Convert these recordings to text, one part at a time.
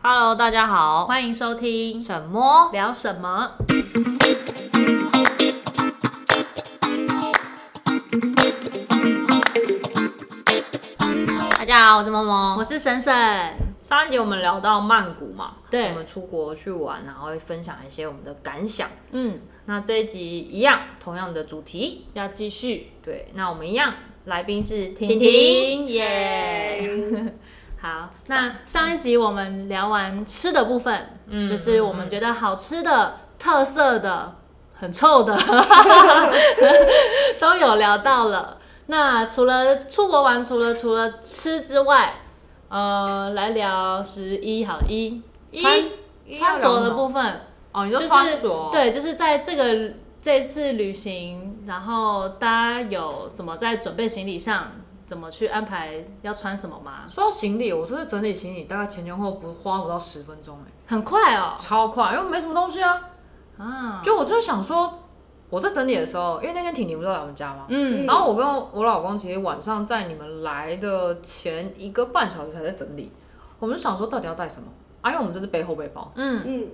Hello，大家好，欢迎收听什么？聊什么？大家好，我是萌我萌。是沈沈，上一集我们聊到曼谷嘛，对我们出国去玩，然后会分享一些我们的感想。嗯，那这一集一样，同样的主题，要继续对，那我们一样，来宾是婷婷婷，耶。 好，那上一集我们聊完吃的部分，嗯就是我们觉得好吃的、特色的、很臭的，嗯 都有聊到了。那除了出国玩，除了除了吃之外，呃，来聊十一好一穿一穿着的部分。哦，你就说是穿着，，对，就是在这个这次旅行，然后大家有怎么在准备行李上，怎么去安排要穿什么吗？说到行李，我这次整理行李大概前前后后不花不到十分钟、哎，很快哦，超快，因为没什么东西啊。啊，就我就想说，我在整理的时候，因为那天婷婷不是来我们家吗？嗯，然后我跟我老公其实晚上在你们来的前一个半小时才在整理，我们就想说到底要带什么啊？因为我们这是背后背包，嗯，嗯，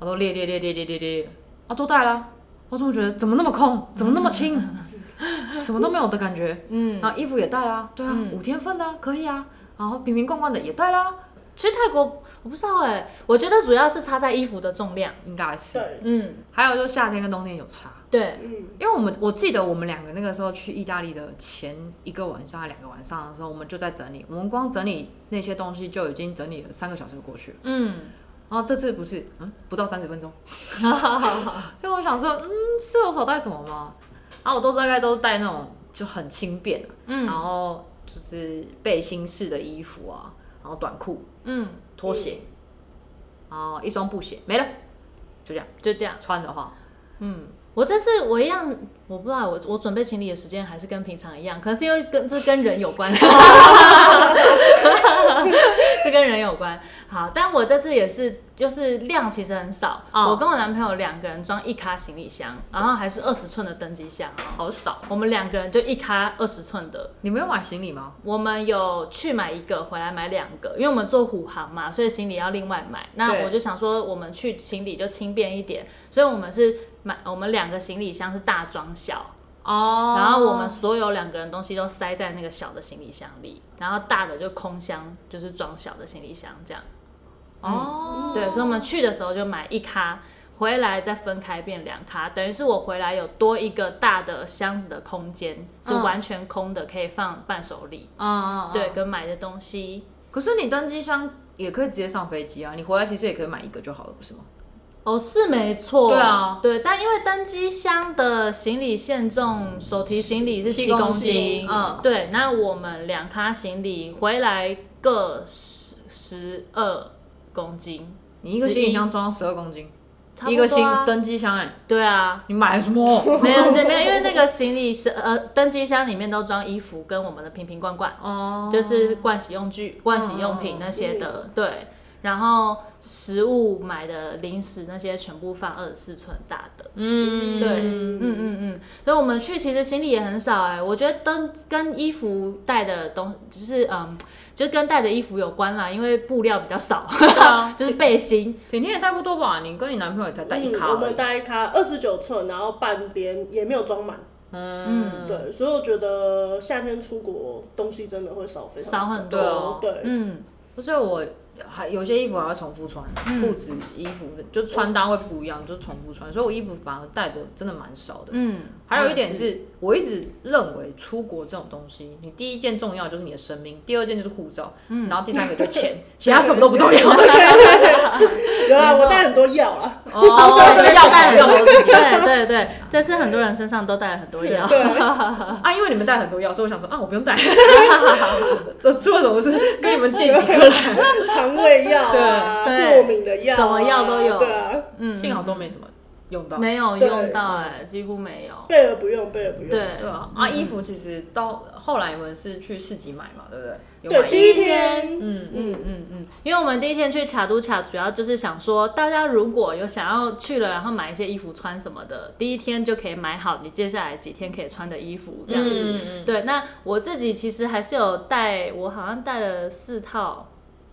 我都列列列列列列列列，啊都带了，我怎么觉得怎么那么空，怎么那么轻，什么都没有的感觉。嗯，然后衣服也带啦，对啊，五天份的啊可以啊，然后瓶瓶罐罐的也带啊啦，去泰国我不知道哎、我觉得主要是差在衣服的重量，应该是。对，嗯，还有就是夏天跟冬天有差，对，嗯，因为我们我记得我们两个那个时候去意大利的前一个晚上、两个晚上的时候，我们就在整理，我们光整理那些东西就已经整理了三个小时就过去了。嗯，然后这次不是，嗯，不到三十分钟，所以我想说，嗯，是有少带什么吗？然后我都大概都带那种就很轻便的、嗯然后就是背心式的衣服啊，然后短裤、嗯，拖鞋，然后一双布鞋，没了，就这样。就这样，穿的话，嗯。我这次我一样，我不知道我我准备行李的时间还是跟平常一样，可是因为跟这跟人有关， 这跟人有关。好，但我这次也是，就是量其实很少。哦我跟我男朋友两个人装一咖行李箱，然后还是二十寸的登机箱哦。好少。我们两个人就一咖二十寸的。你没有买行李吗？我们有去买一个，回来买两个，因为我们做虎航嘛，所以行李要另外买。对那我就想说，我们去行李就轻便一点，所以我们是买我们两个行李箱是大装小，哦然后我们所有两个人东西都塞在那个小的行李箱里，然后大的就空箱，就是装小的行李箱这样。哦，对，所以我们去的时候就买一咖，回来再分开变两咖，等于是我回来有多一个大的箱子的空间，是嗯完全空的，可以放伴手礼，嗯嗯，嗯对，。跟买的东西。可是你登机箱也可以直接上飞机啊，你回来其实也可以买一个就好了，不是吗？哦，是没错，对啊，对，但因为登机箱的行李限重，手提行李是七七公公斤斤，嗯对，那我们两咖行李回来各十十二公斤，你一个十一行李箱装十二公斤，差不一个多行啊登机箱哎、对啊，你买了什 么？ 没有，对，没有，因为那个行李是呃，登机箱里面都装衣服跟我们的瓶瓶罐罐，哦，就是盥洗用具、盥洗用品那些的，对。然后食物买的零食那些全部放二十四寸大的，嗯，对，嗯嗯嗯。所以我们去其实行李也很少哎、我觉得跟跟衣服带的东就是嗯，就跟带的衣服有关啦，因为布料比较少，啊 就是背心，婷婷也带不多吧？你跟你男朋友也才带一卡嗯我而们已。带一卡二十九寸，然后半边也没有装满。嗯，对，所以我觉得夏天出国东西真的会少非少常很对啊多，多。对，嗯不是我还有些衣服还要重复穿，裤子、衣服就穿搭会不一样，就重复穿，所以我衣服反而带的真的蛮少的。嗯，还有一点是，我一直认为出国这种东西，你第一件重要的就是你的生命，第二件就是护照，嗯然后第三个就是 钱，其他什么都不重要。有啦，我带很多药啦。哦对对对，对要带很多对对对，这次很多人身上都带了很多药。 啊，因为你们带很多药，所以我想说啊，我不用带。这出了什么 事？跟你们借几颗来，肠胃药啊，对对过敏的药啊，什么药都有对啊，嗯，幸好都没什么用到。没有对用到哎、几乎没有。备而不用，备而不用。对，对啊，啊，衣服其实到后来你们是去市集买嘛，对不对？有买对，衣服。第一天，嗯嗯嗯，嗯嗯，因为我们第一天去卡都卡，主要就是想说，大家如果有想要去了，然后买一些衣服穿什么的，第一天就可以买好你接下来几天可以穿的衣服这样子。嗯嗯嗯对，那我自己其实还是有带，我好像带了四套。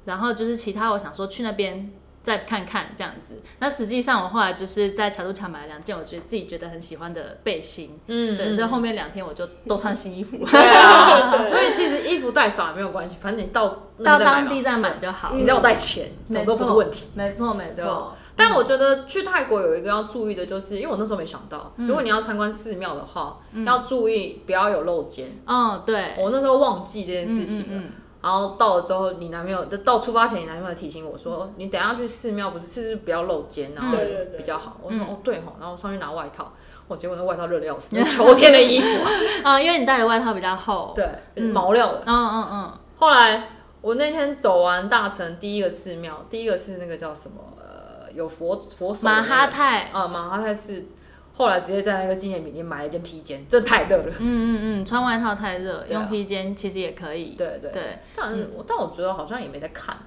然后就是其他我想说去那边再看看这样子。那实际上我后来就是在桥头桥买了两件我觉得自己觉得很喜欢的背心，嗯对，所以后面两天我就都穿新衣服，对啊， 对所以其实衣服带少也没有关系，反正你到那 到再买当嘛地再买就好。你只要带钱，没什么都不是问题。没错没对错，嗯但我觉得去泰国有一个要注意的，就是因为我那时候没想到，嗯如果你要参观寺庙的话，要注意不要有露肩。嗯对，我那时候忘记这件事情了。嗯嗯然后到了之后，你男朋友到出发前，你男朋友提醒我说，嗯你等一下去寺庙不是是不是不要露肩，然后对对对比较好。我嗯说哦对吼，然后我上去拿外 套，我结果那外套热的要死，那秋天的衣服，嗯啊，因为你带的外套比较厚，对，嗯毛料的。嗯嗯嗯，后来我那天走完大城第一个寺庙，第一个是那个叫什么呃，有佛佛手的那马个哈泰，啊、马哈泰是后来直接在那个纪念品店买了一件披肩，这太热了。嗯嗯嗯，穿外套太热，对啊用披肩其实也可以。对嗯对，对，但我但我觉得好像也没在看。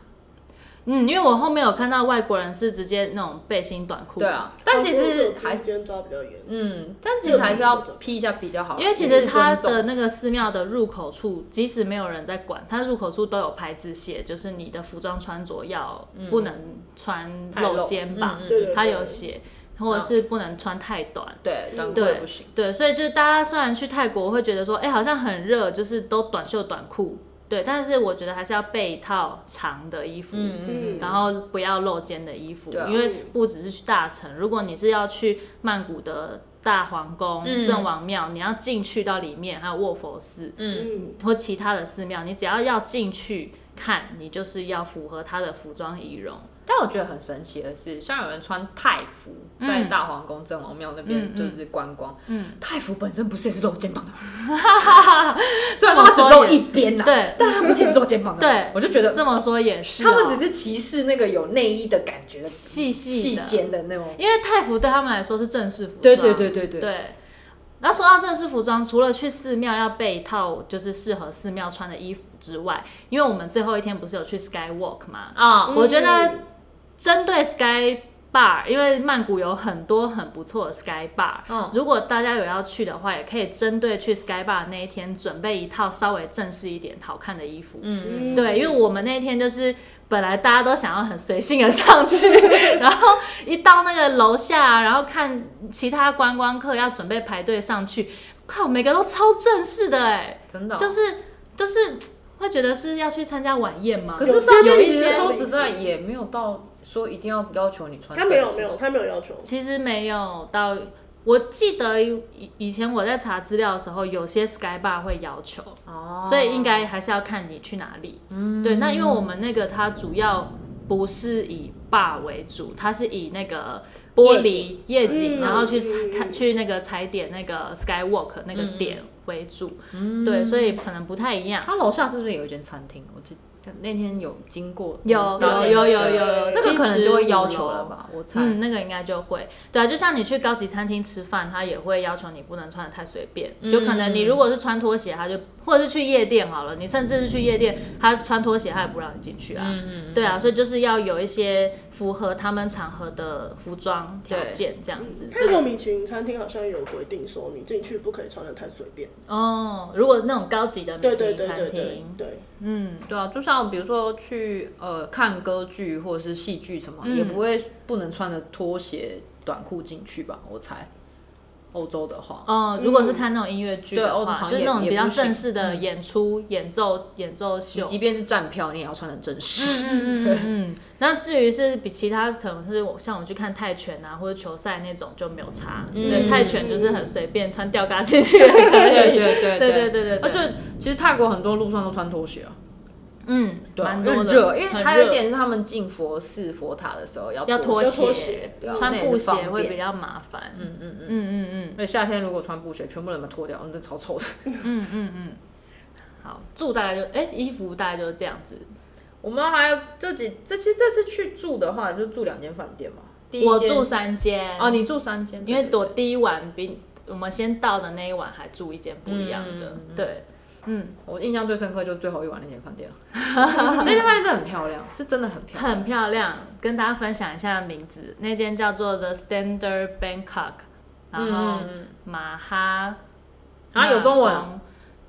嗯，因为我后面有看到外国人是直接那种背心短裤，对，啊，但其实还还是是间抓比较严。嗯，但其实还是要披一下比较好，因为其也实是它尊重的那个寺庙的入口处，即使没有人在管，它入口处都有牌子写，就是你的服装穿着要不能穿嗯太露肩膀，嗯嗯对嗯对它对有写，或者是不能穿太短。嗯对，短裤对也不行。对，所以就是大家虽然去泰国会觉得说，哎、好像很热，就是都短袖短裤，对，但是我觉得还是要备一套长的衣服，嗯嗯嗯，然后不要露肩的衣服，对啊因为不只是去大城，如果你是要去曼谷的大皇宫、嗯郑王庙，你要进去到里面，还有卧佛寺嗯，嗯，或其他的寺庙，你只要要进去看，你就是要符合它的服装仪容。但我觉得很神奇的是，像有人穿泰服在大皇宫郑王庙那嗯边嗯就是观光，嗯，泰服本身不是也是露肩膀的吗， 虽然说它只露一边呐，啊对但它不是也是露肩膀的吗，对嗯我就觉得这么说也是哦、他们只是啊歧视那个有内衣的感觉的细细细的肩的那种。因为泰服对他们来说是正式服装，对对对对对，对。那说到正式服装，除了去寺庙要备一套就是适合寺庙穿的衣服之外，因为我们最后一天不是有去 Skywalk 嘛，啊，我觉得针对 Sky Bar，因为曼谷有很多很不错的 Sky Bar，、嗯如果大家有要去的话，也可以针对去 Sky Bar 那一天准备一套稍微正式一点、好看的衣服。嗯，嗯对，因为我们那天就是本来大家都想要很随性的 上去，然后一到那个楼下，啊然后看其他观光客要准备排队上去，靠，每个都超正式的哎、真的哦。就是就是会觉得是要去参加晚宴吗？可是有上有面一其实些说实在也没有到说一定要要求你穿。他没有没有，，他没有要求。其实没有到，我记得以以前我在查资料的时候，有些 Sky Bar 会要求，哦，所以应该还是要看你去哪里。嗯，对，那因为我们那个它主要不是以 bar 为主，它是以那个玻璃夜景，嗯然后去踩嗯嗯嗯看去那个踩点那个 Skywalk 那个点为主。对，所以可能不太一样。他楼下是不是有一间餐厅？我记得那天有经过，有然有后有有有有，那个可能就会要75求楼了吧？我猜。嗯，那个应该就会，对啊，就像你去高级餐厅吃饭，他也会要求你不能穿的太随便，就可嗯能你如果是穿拖鞋，他就或者是去夜店好了，你甚至是去夜店，他穿拖鞋他也不让你进去啊，嗯对啊，所以就是要有一些符合他们场合的服装条对嗯件这样子。泰国米其林餐厅好像有规定说，你进去不可以穿的太随便。哦，如果是那种高级的米对其对林对对餐对厅，对，嗯，对啊，就像比如说去呃看歌剧或者是戏剧什么，嗯也不会不能穿着拖鞋短裤进去吧？我猜，欧洲的话，哦，如果是看那种音乐剧嗯对的哦好像话，就是也那种也比较不行嗯正式的演出、演奏、演奏你秀，即便是站票，你也要穿的正式。嗯嗯嗯嗯，那至于是比其他可能是我像我去看泰拳啊或者球赛那种就没有差，嗯对泰拳就是很随便穿吊嘎进去也可 对以，对对对嗯对对对对，而且其实泰国很多路上都穿拖鞋啊，嗯，对啊，蛮因为多很的，热，因为很还有一热点是他们进佛寺佛塔的时候要要脱拖鞋对啊穿那也布是鞋方会便比较麻烦，嗯嗯嗯嗯嗯所以夏天如果穿布鞋，全部人把它脱掉，那真超臭的。 好，住大概就哎、衣服大概就是这样子，我们还有这几这其实这次去住的话，就住两间饭店嘛。第一我间住三间，哦，你住三间，因为对对我第一晚比我们先到的那一晚还住一间不一样的，对，嗯，对我印象最深刻就是最后一晚那间饭店了， 那间饭店真的很漂亮，是真的很漂亮。很漂亮，跟大家分享一下名字，那间叫做 The Standard Bangkok，然后马哈嗯啊有中文纳贡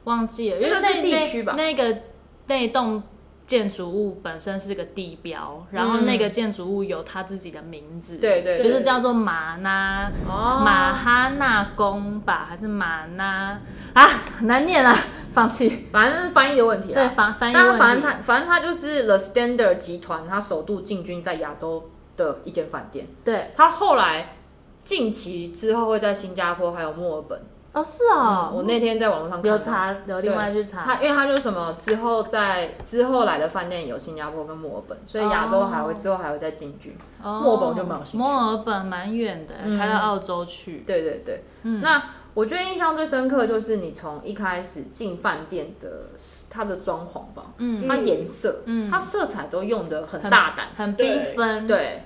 忘记了，因为那个是那地区吧那那个那一栋建筑物本身是个地标，然后那个建筑物有它自己的名字，嗯对对就是对叫做马纳哦马哈纳宫吧，还是马纳啊，很难念啊，放弃。反正是翻译的问题对啦。翻翻译但啊他反问正题，他反正他就是 The Standard 集团，他首度进军在亚洲的一间饭店。对他后来近期之后会在新加坡还有墨尔本。哦是哦，我那天在网络上看有到查有另外去查，他，因为他就是什么之后在之后来的饭店有新加坡跟墨尔本，所以亚洲还会、哦之后还会再进军。哦墨尔本我就没有兴趣墨尔本蛮远的，嗯开到澳洲去，对对对，嗯那我觉得印象最深刻就是你从一开始进饭店的它的装潢吧，嗯它颜色，嗯，它色彩都用的很大胆，很缤纷，，对，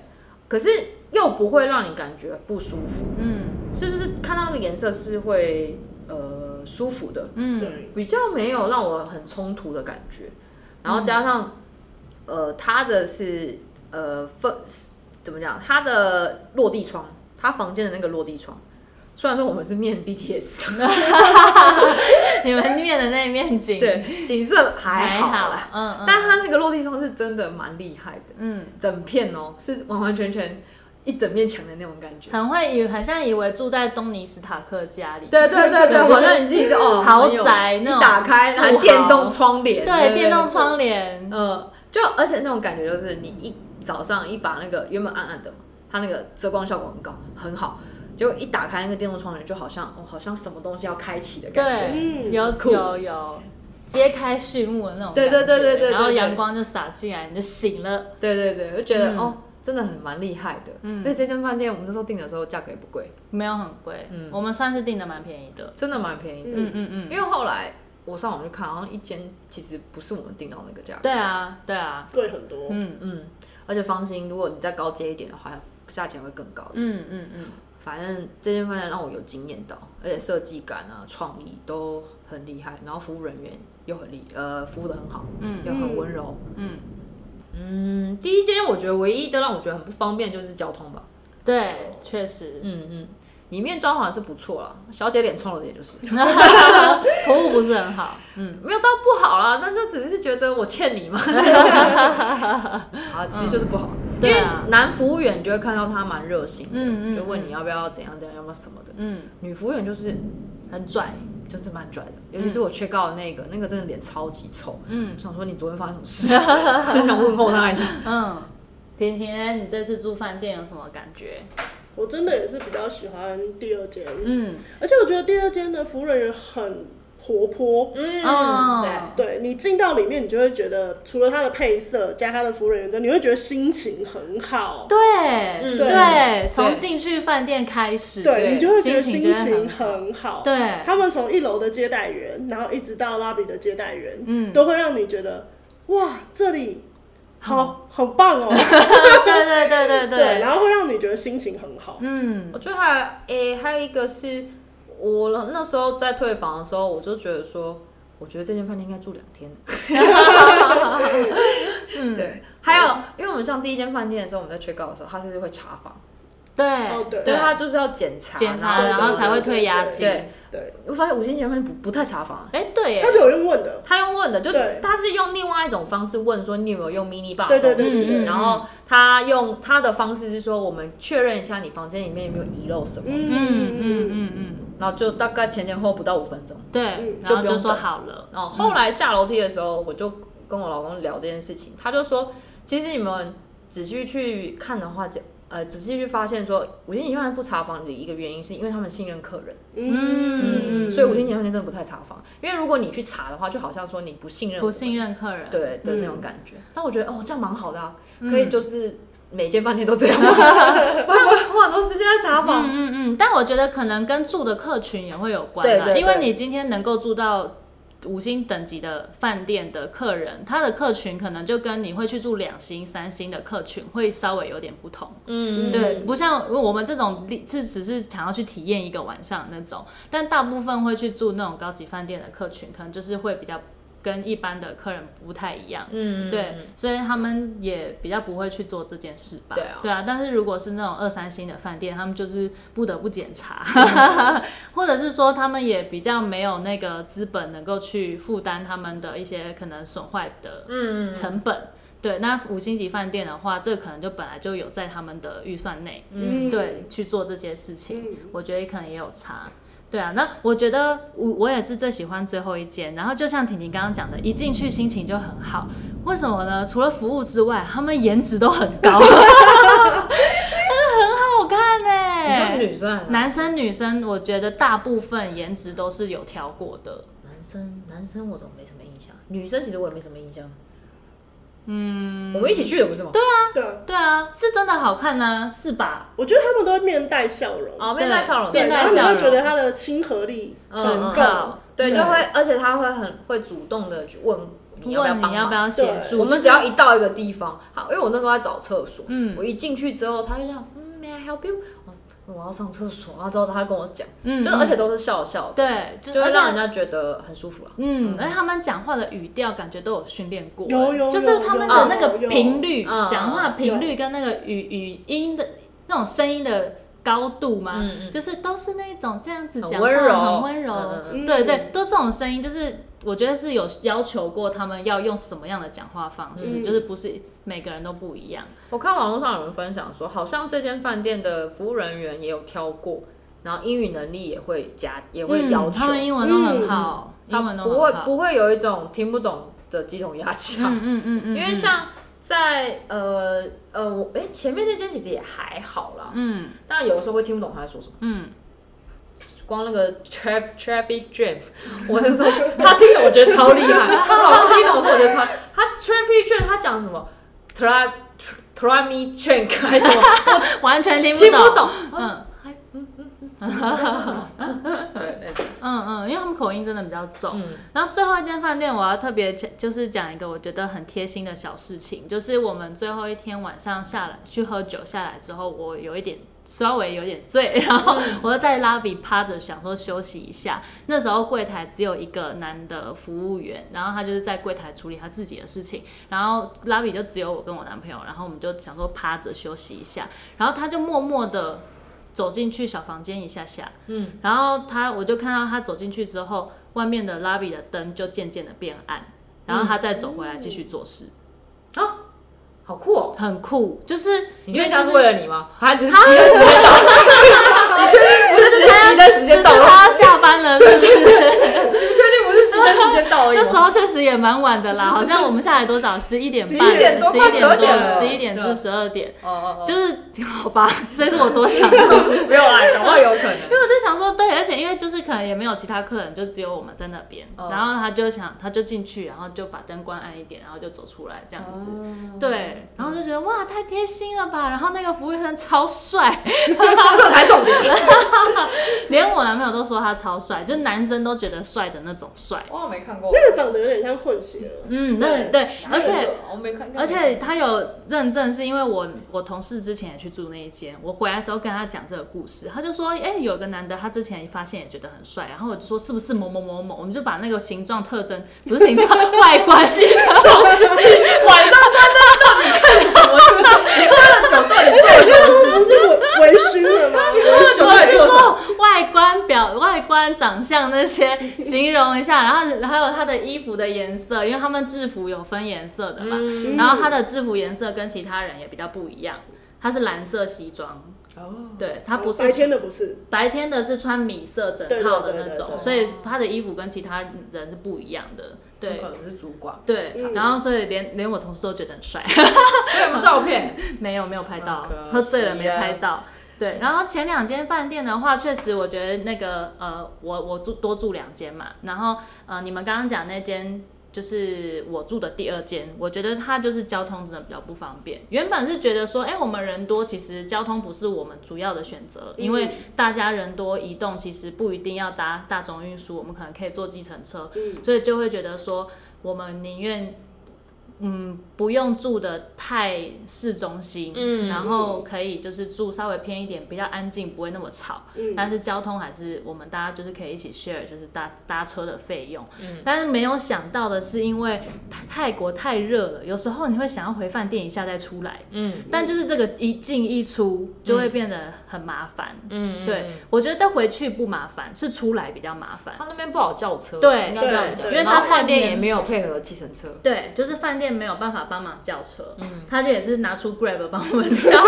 可是又不会让你感觉不舒服，嗯是就是看到那个颜色是会呃舒服的，嗯对，比较没有让我很冲突的感觉，然后加上、呃它的是呃分怎么讲，它的落地窗，它房间的那个落地窗。虽然说我们是面 BTS， 你们面的那一面景，，对景色还还好啦，，嗯嗯，但它那个落地窗是真的蛮厉害的，嗯。整片哦是完完全全一整面墙的那种感觉。很会以很像以为住在东尼斯塔克家里，对对 对对，就是好像你自己是哦豪很有宅一那种打开富豪还电动窗帘，对电动，窗帘，呃，就而且那种感觉就是你一早上一把那个原本暗暗的嘛，它那个遮光效果很高，很好，结果一打开那个电动窗帘，就好像哦好像什么东西要开启的感觉，对，嗯有酷有有揭开序幕的那种感对觉，对对对对对然后对阳光就洒进来，你就醒了，对对对，我就觉得、嗯哦真的很蛮厉害的，嗯而且这间饭店我们那时候订的时候价格也不贵，没有很贵，嗯我们算是订的蛮便宜的，真的蛮便宜的，嗯嗯嗯，因为后来我上网去看，好像一间其实不是我们订到那个价格，对啊对啊，贵很多。嗯嗯，而且放心，如果你再高阶一点的话，价钱会更高。嗯嗯嗯，反正这间饭店让我有惊艳到，而且设计感啊、创意都很厉害，然后服务人员又很厉，呃，服务的很好，嗯又很温柔。嗯，嗯，第一间我觉得唯一的让我觉得很不方便就是交通吧。对，确实， 嗯嗯，里面装潢是不错啦，小姐脸臭了点就是，服务不是很好，嗯，没有到不好啦，但就只是觉得我欠 你嘛，那种感觉啊，其实就是不好。因对为啊男服务员你就会看到他蛮热心的，嗯嗯就问嗯你要不要怎样怎样，要不要什么的。嗯，女服务员就是很拽，就是蛮拽的，尤其是我缺告的那个，那个真的脸超级臭。嗯我想说你昨天发生什么事，很 想问候他一下。嗯。婷婷呢，你这次住饭店有什么感觉？我真的也是比较喜欢第二间，嗯，而且我觉得第二间的服务人员很活泼。哦对，对你进到里面，你就会觉得除了它的配色加它的服务人员之外，你会觉得心情很好。对，嗯对，从对进去饭店开始，对，你就会觉得心心情情就会很好。对，啊他们从一楼的接待员，然后一直到拉比的接待员，嗯都会让你觉得哇，这里好、很棒 哦。对对对对对，对，然后会让你觉得心情很好。嗯我觉得还有诶、还有一个是我那时候在退房的时候，我就觉得说，我觉得这间饭店应该住两天。 嗯，对，还有因为我们上第一间饭店的时候，我们在缺告的时候，他是会查房，哦，对，对对他就是要检查，检查然什么后的才会退押金。对，对，我发现五星级饭店不不太查房。哎，对耶他，就有用问的，他用问的，就是对他是用另外一种方式问说你有没有用 mini bar 对对东对西对对然后他用他的方式是说我们确认一下你房间里面有没有遗漏什么，嗯嗯嗯嗯嗯，然后就大概前前后后不到五分钟，对，嗯就然后不用就说等好了，然后后来下楼梯的时候我就跟我老公聊这件事情，他就说其实你们仔细去看的话，呃，仔细去发现说五星级饭店不查房的一个原因是因为他们信任客人。嗯嗯，所以五星级饭店真的不太查房，因为如果你去查的话，就好像说你不信任我不信任客人，对的那种嗯感觉。但我觉得哦，这样蛮好的、啊，嗯可以就是每间饭店都这 样，不然我花很多时间在查嗯房。嗯嗯，但我觉得可能跟住的客群也会有关啦，对对对因为你今天能够住到五星等级的饭店的客人，他的客群可能就跟你会去住两星、三星的客群会稍微有点不同。嗯对，不像我们这种是只是想要去体验一个晚上的那种，但大部分会去住那种高级饭店的客群，可能就是会比较跟一般的客人不太一样。嗯，对，所以他们也比较不会去做这件事吧。对啊但是如果是那种二三星的饭店，他们就是不得不检查，嗯 或者是说他们也比较没有那个资本能够去负担他们的一些可能损坏的嗯，成本。对，那五星级饭店的话，这可能就本来就有在他们的预算内，嗯，对，去做这些事情。嗯，我觉得可能也有差。对啊，那我觉得我我也是最喜欢最后一间。然后就像婷婷刚刚讲的，一进去心情就很好。为什么呢？除了服务之外，他们颜值都很 高，真的很好看呢、嗯你说女生啊还是男生女生，我觉得大部分颜值都是有挑过的。男生男生我怎么没什么印象？女生其实我也没什么印象。嗯，我们一起去的不是吗？对啊，对，对啊，是真的好看呢、是吧？我觉得他们都会面带笑容，哦，面带笑容，对，面带然后你笑会容觉得他的亲和力嗯很嗯够，嗯对，对就会，而且他会很会主动的去问你要不要问帮你要不忙。要协助？我们就是只要一到一个地方，好，因为我那时候在找厕所，啊嗯我一进去之后，他就这样，嗯，May I help you？哦我要上厕所，然后之后他跟我讲，嗯，就是而且都是笑笑的，对，就就会而且让人家觉得很舒服啊了。嗯，而且他们讲话的语调感觉都有训练过，有有就是他们的那个频率，有有有讲话频率跟那个语语音的那种声音的高度嘛，嗯嗯就是都是那种这样子讲很话温柔很温柔，嗯嗯嗯对对，都这种声音，就是我觉得是有要求过他们要用什么样的讲话方式，嗯就是不是每个人都不一样，我看网络上有人分享说，好像这间饭店的服务人员也有挑过，然后英语能力也会加，也会要嗯求，他们英文都很好，他英文都不很会好，不会有一种听不懂的鸡同鸭讲，啊嗯嗯嗯嗯，因为像在呃呃我哎、前面那间其实也还好啦，嗯当然有的时候会听不懂他在说什么。嗯光那个 tra traffic jam，我那时候 他听懂我觉得超厉害， 他老公听懂之后我觉得超，他 traffic jam 他讲什么 tra tra tra me chank 还是什 么，嗯，完全听听不懂，懂。啊嗯。 对，那种嗯嗯，因为他们口音真的比较重。嗯然后最后一间饭店，我要特别讲就是讲一个我觉得很贴心的小事情，就是我们最后一天晚上下来去喝酒下来之后，我有一点稍微有点醉，然后我就在拉比趴着想说休息一下。那时候柜台只有一个男的服务员，然后他就是在柜台处理他自己的事情，然后拉比就只有我跟我男朋友，然后我们就想说趴着休息一下，然后他就默默的走进去小房间一下下，嗯，然后他我就看到他走进去之后，外面的拉比的灯就渐渐的变暗，然后他再走回来继续做事，啊好酷哦！很酷，就是你确定因他就是为了你吗？还只是急的时间到？你确定不是只是急的 时间到只是了？他下班了，是不是？你确定不是急的时间到而已那时吗？哦候确实也蛮晚的啦，好像我们下来多少？十一点半， 11点多快12点了十一点对至十二点，哦哦就是好吧，所以是我多想了。哦，没有啦，搞不好有可能因。为我就想说，对，而且因为就是可能也没有其他客人，就只有我们在那边，哦然后他就想，他就进去，然后就把灯关暗一点，然后就走出来这样子，对，然后就觉得哇，太贴心了吧，然后那个服务生超帅， 这才重点。连我男朋友都说他超帅，就男生都觉得帅的那种帅，我没看过那个长得有点像混血儿， 嗯，对对，而且我没看，而 且他有认证，是因为我我同事之前也去住那一间，我回来的时候跟他讲这个故事，他就说，哎、有个男的，他之前发现也觉得很帅，然后我就说是不是某某某某，我们就把那个形状特征，不是形状， 外观，晚上他那到底看什么？你喝了酒到底而且我觉得这不是微微醺了吗？微做了 对，做 什么？外观表、外观、长相那些形容一下，然 后还有他的衣服的颜色，因为他们制服有分颜色的嘛，嗯然后他的制服颜色跟其他人也比较不一样，他是蓝色西装，哦，对他不是白天的不是，白天的是穿米色整套的那种，对对对对对所以他的衣服跟其他人是不一样的。对可能是主管。对，嗯然后所以连连我同事都觉得很帅，还有没有照片？ 没有没有拍到好可惜，啊喝醉了没拍到。对，然后前两间饭店的话，确实我觉得那个呃，我我住多住两间嘛，然后呃，你们刚刚讲那间就是我住的第二间，我觉得它就是交通真的比较不方便。原本是觉得说，哎，我们人多，其实交通不是我们主要的选择，嗯因为大家人多移动，其实不一定要搭大众运输，我们可能可以坐计程车，嗯所以就会觉得说，我们宁愿。嗯不用住的太市中心，嗯然后可以就是住稍微偏一点，比较安静，不会那么吵。嗯，但是交通还是我们大家就是可以一起 share，就是搭搭车的费用。嗯但是没有想到的是，因为泰泰国太热了，有时候你会想要回饭店一下再出来，嗯但就是这个一进一出就会变得很麻烦。嗯对，我觉得回去不麻烦，是出来比较麻烦。 他那边不好叫车，对应该这样对讲，对因为他对饭店也没有配合计程车，对，就是饭店没有办法帮忙叫车，嗯他就也是拿出 Grab 帮我们叫。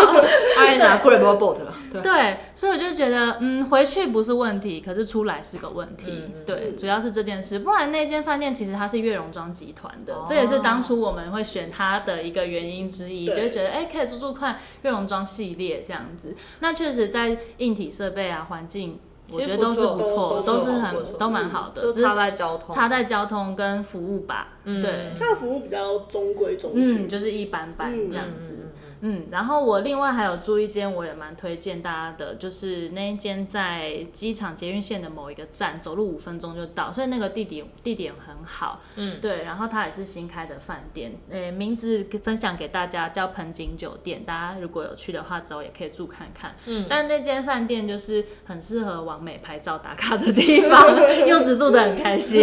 他也拿 Grab 或 Boat 了，对，对，所以我就觉得，嗯，回去不是问题，可是出来是个问题。嗯对，主要是这件事，不然那间饭店其实它是月荣庄集团哦的，这也是当初我们会选它的一个原因之一，就对会觉得，哎、可以住住看月荣庄系列这样子。那确实在硬体设备啊、环境，我其实觉得不都是错不都错，都不是错不很错嗯都蛮好 的，就只是差在交通，嗯差在交通跟服务吧。对，他的服务比较中规中嗯，矩，就是一般般这样子。嗯嗯，然后我另外还有住一间，我也蛮推荐大家的，就是那一间在机场捷运线的某一个站，走路五分钟就到，所以那个地点地点很好。嗯，对，然后它也是新开的饭店，呃，名字分享给大家叫盆景酒店，大家如果有去的话，之后也可以住看看。嗯但那间饭店就是很适合完美拍照打卡的地方，柚子住的很 开心。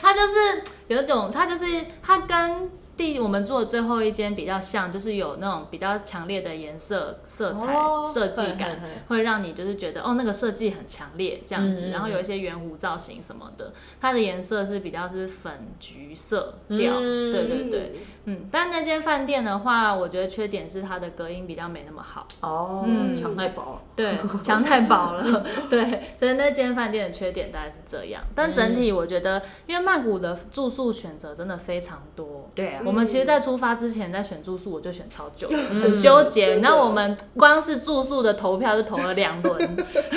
它就是有一种，它就是它跟第我们住的最后一间比较像，就是有那种比较强烈的颜色、色彩、哦设计嘿感嘿嘿，会让你就是觉得哦，那个设计很强烈这样子。嗯嗯然后有一些圆弧造型什么的，它的颜色是比较是粉橘色调，嗯对对对，嗯。但那间饭店的话，我觉得缺点是它的隔音比较没那么好。哦，嗯抢太薄了， 对，墙太薄了，对，所以那间饭店的缺点大概是这样。但整体我觉得，因为曼谷的住宿选择真的非常多。对啊，我们其实，在出发之前，在选住宿，我就选超 久，很嗯纠结。真的那我们光是住宿的投票就投了两轮，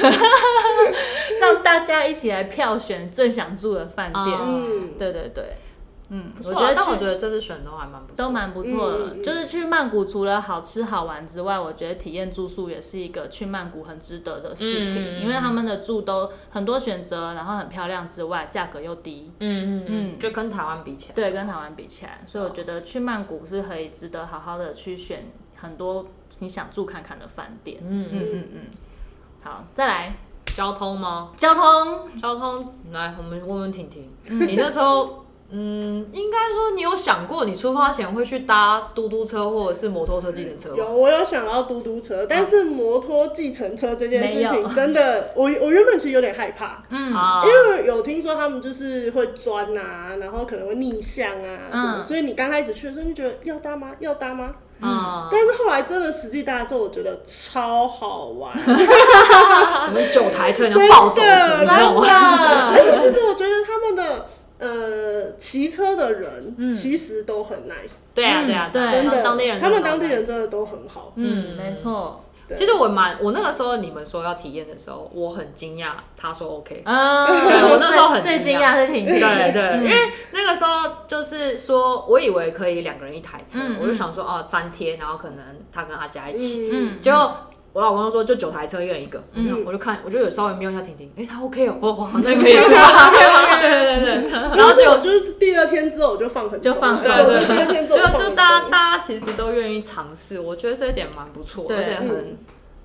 让大家一起来票选最想住的饭店。啊嗯，对对对，嗯，不错我啊觉得但我去觉得这次选的都还蛮不错，都蛮不错的。嗯嗯嗯就是去曼谷，除了好吃好玩之外，我觉得体验住宿也是一个去曼谷很值得的事情，嗯嗯嗯因为他们的住都很多选择，然后很漂亮之外，价格又低。嗯嗯嗯，嗯就跟台湾比起来，对，跟台湾比起来，所以我觉得去曼谷是可以值得好好的去选很多你想住看看的饭店。嗯嗯嗯嗯。好，再来交通吗？交通。交通，来，我们问问婷婷，你那时候，嗯，应该说你有想过你出发前会去搭嘟嘟车或者是摩托车、计程车吗？有，我有想到嘟嘟车，但是摩托计程车这件事没有情真的，我我原本其实有点害怕，嗯啊因为有听说他们就是会钻啊，然后可能会逆向啊什么，嗯所以你刚开始去的时候就觉得要搭吗？要搭吗？啊，但是后来真的实际搭之后，我觉得超好玩，我们九台车你要暴走真族，的你知道吗？而且其实我觉得他们的呃骑车的人其实都很 nice，、对啊，对啊，嗯对啊，对真的，当地人，他们当地人。真的都很好，嗯，没错。对其实我蛮，我那个时候你们说要体验的时候，我很惊讶，他说 OK，嗯， 对我那时候很最最惊惊讶讶是婷婷。对对，嗯因为那个时候就是说，我以为可以两个人一台车，嗯嗯我就想说哦三天，然后可能他跟阿佳一起，嗯，嗯，结果我老公就说就九台车，一人一个，嗯我就看，我就有稍微瞄一下婷婷，哎、她 OK 哦，哦，好那可 以出 发， 对对对对，然后结果就是第二天之后我就放很就放松对对对第二天对，之后就放就很大家松大家其实都愿意尝试，我觉得这一点蛮不错，对而且很嗯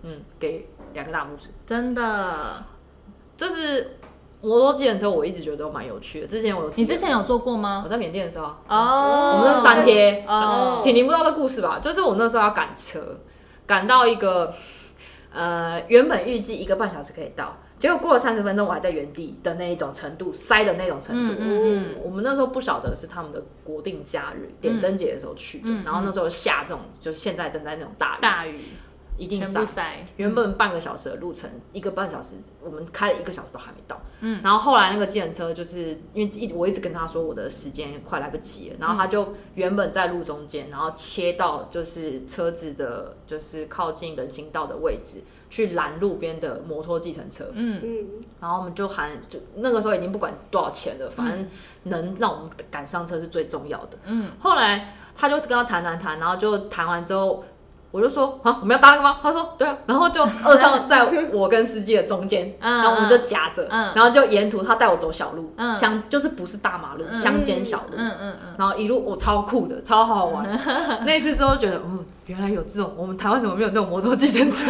嗯，给两个大拇指。真的。这是摩托计程车，我一直觉得都蛮有趣的。之前我有体你验之前有做过吗我？在缅甸的时候，啊哦我们那是三天，哦，婷婷不知道这故事吧？就是我那时候要赶车，赶到一个呃原本预计一个半小时可以到，结果过了三十分钟我还在原地的那一种程度，塞的那种程度。嗯我们那时候不晓得是他们的国定假日点灯节的时候去的，嗯嗯然后那时候下这种就是现在正在那种大雨，大雨一定全塞部。塞，原本半个小时的路程，一个半小时，我们开了一个小时都还没到。嗯，然后后来那个计程车就是因为一我一直跟他说我的时间快来不及了，然后他就原本在路中间，然后切到就是车子的，就是靠近人行道的位置去拦路边的摩托计程车。嗯嗯，然后我们就喊，就那个时候已经不管多少钱了，反正能让我们赶上车是最重要的。嗯，后来他就跟他谈谈谈，然后就谈完之后，我就说好，我们要搭那个吗？他说对啊，然后就二上在我跟司机的中间，嗯然后我们就夹着，嗯然后就沿途他带我走小路，嗯乡就是不是大马路，乡间小路，嗯嗯嗯，然后一路我、超酷的，超好玩。那一次之后觉得，哦，原来有这种，我们台湾怎么没有这种摩托计程 车？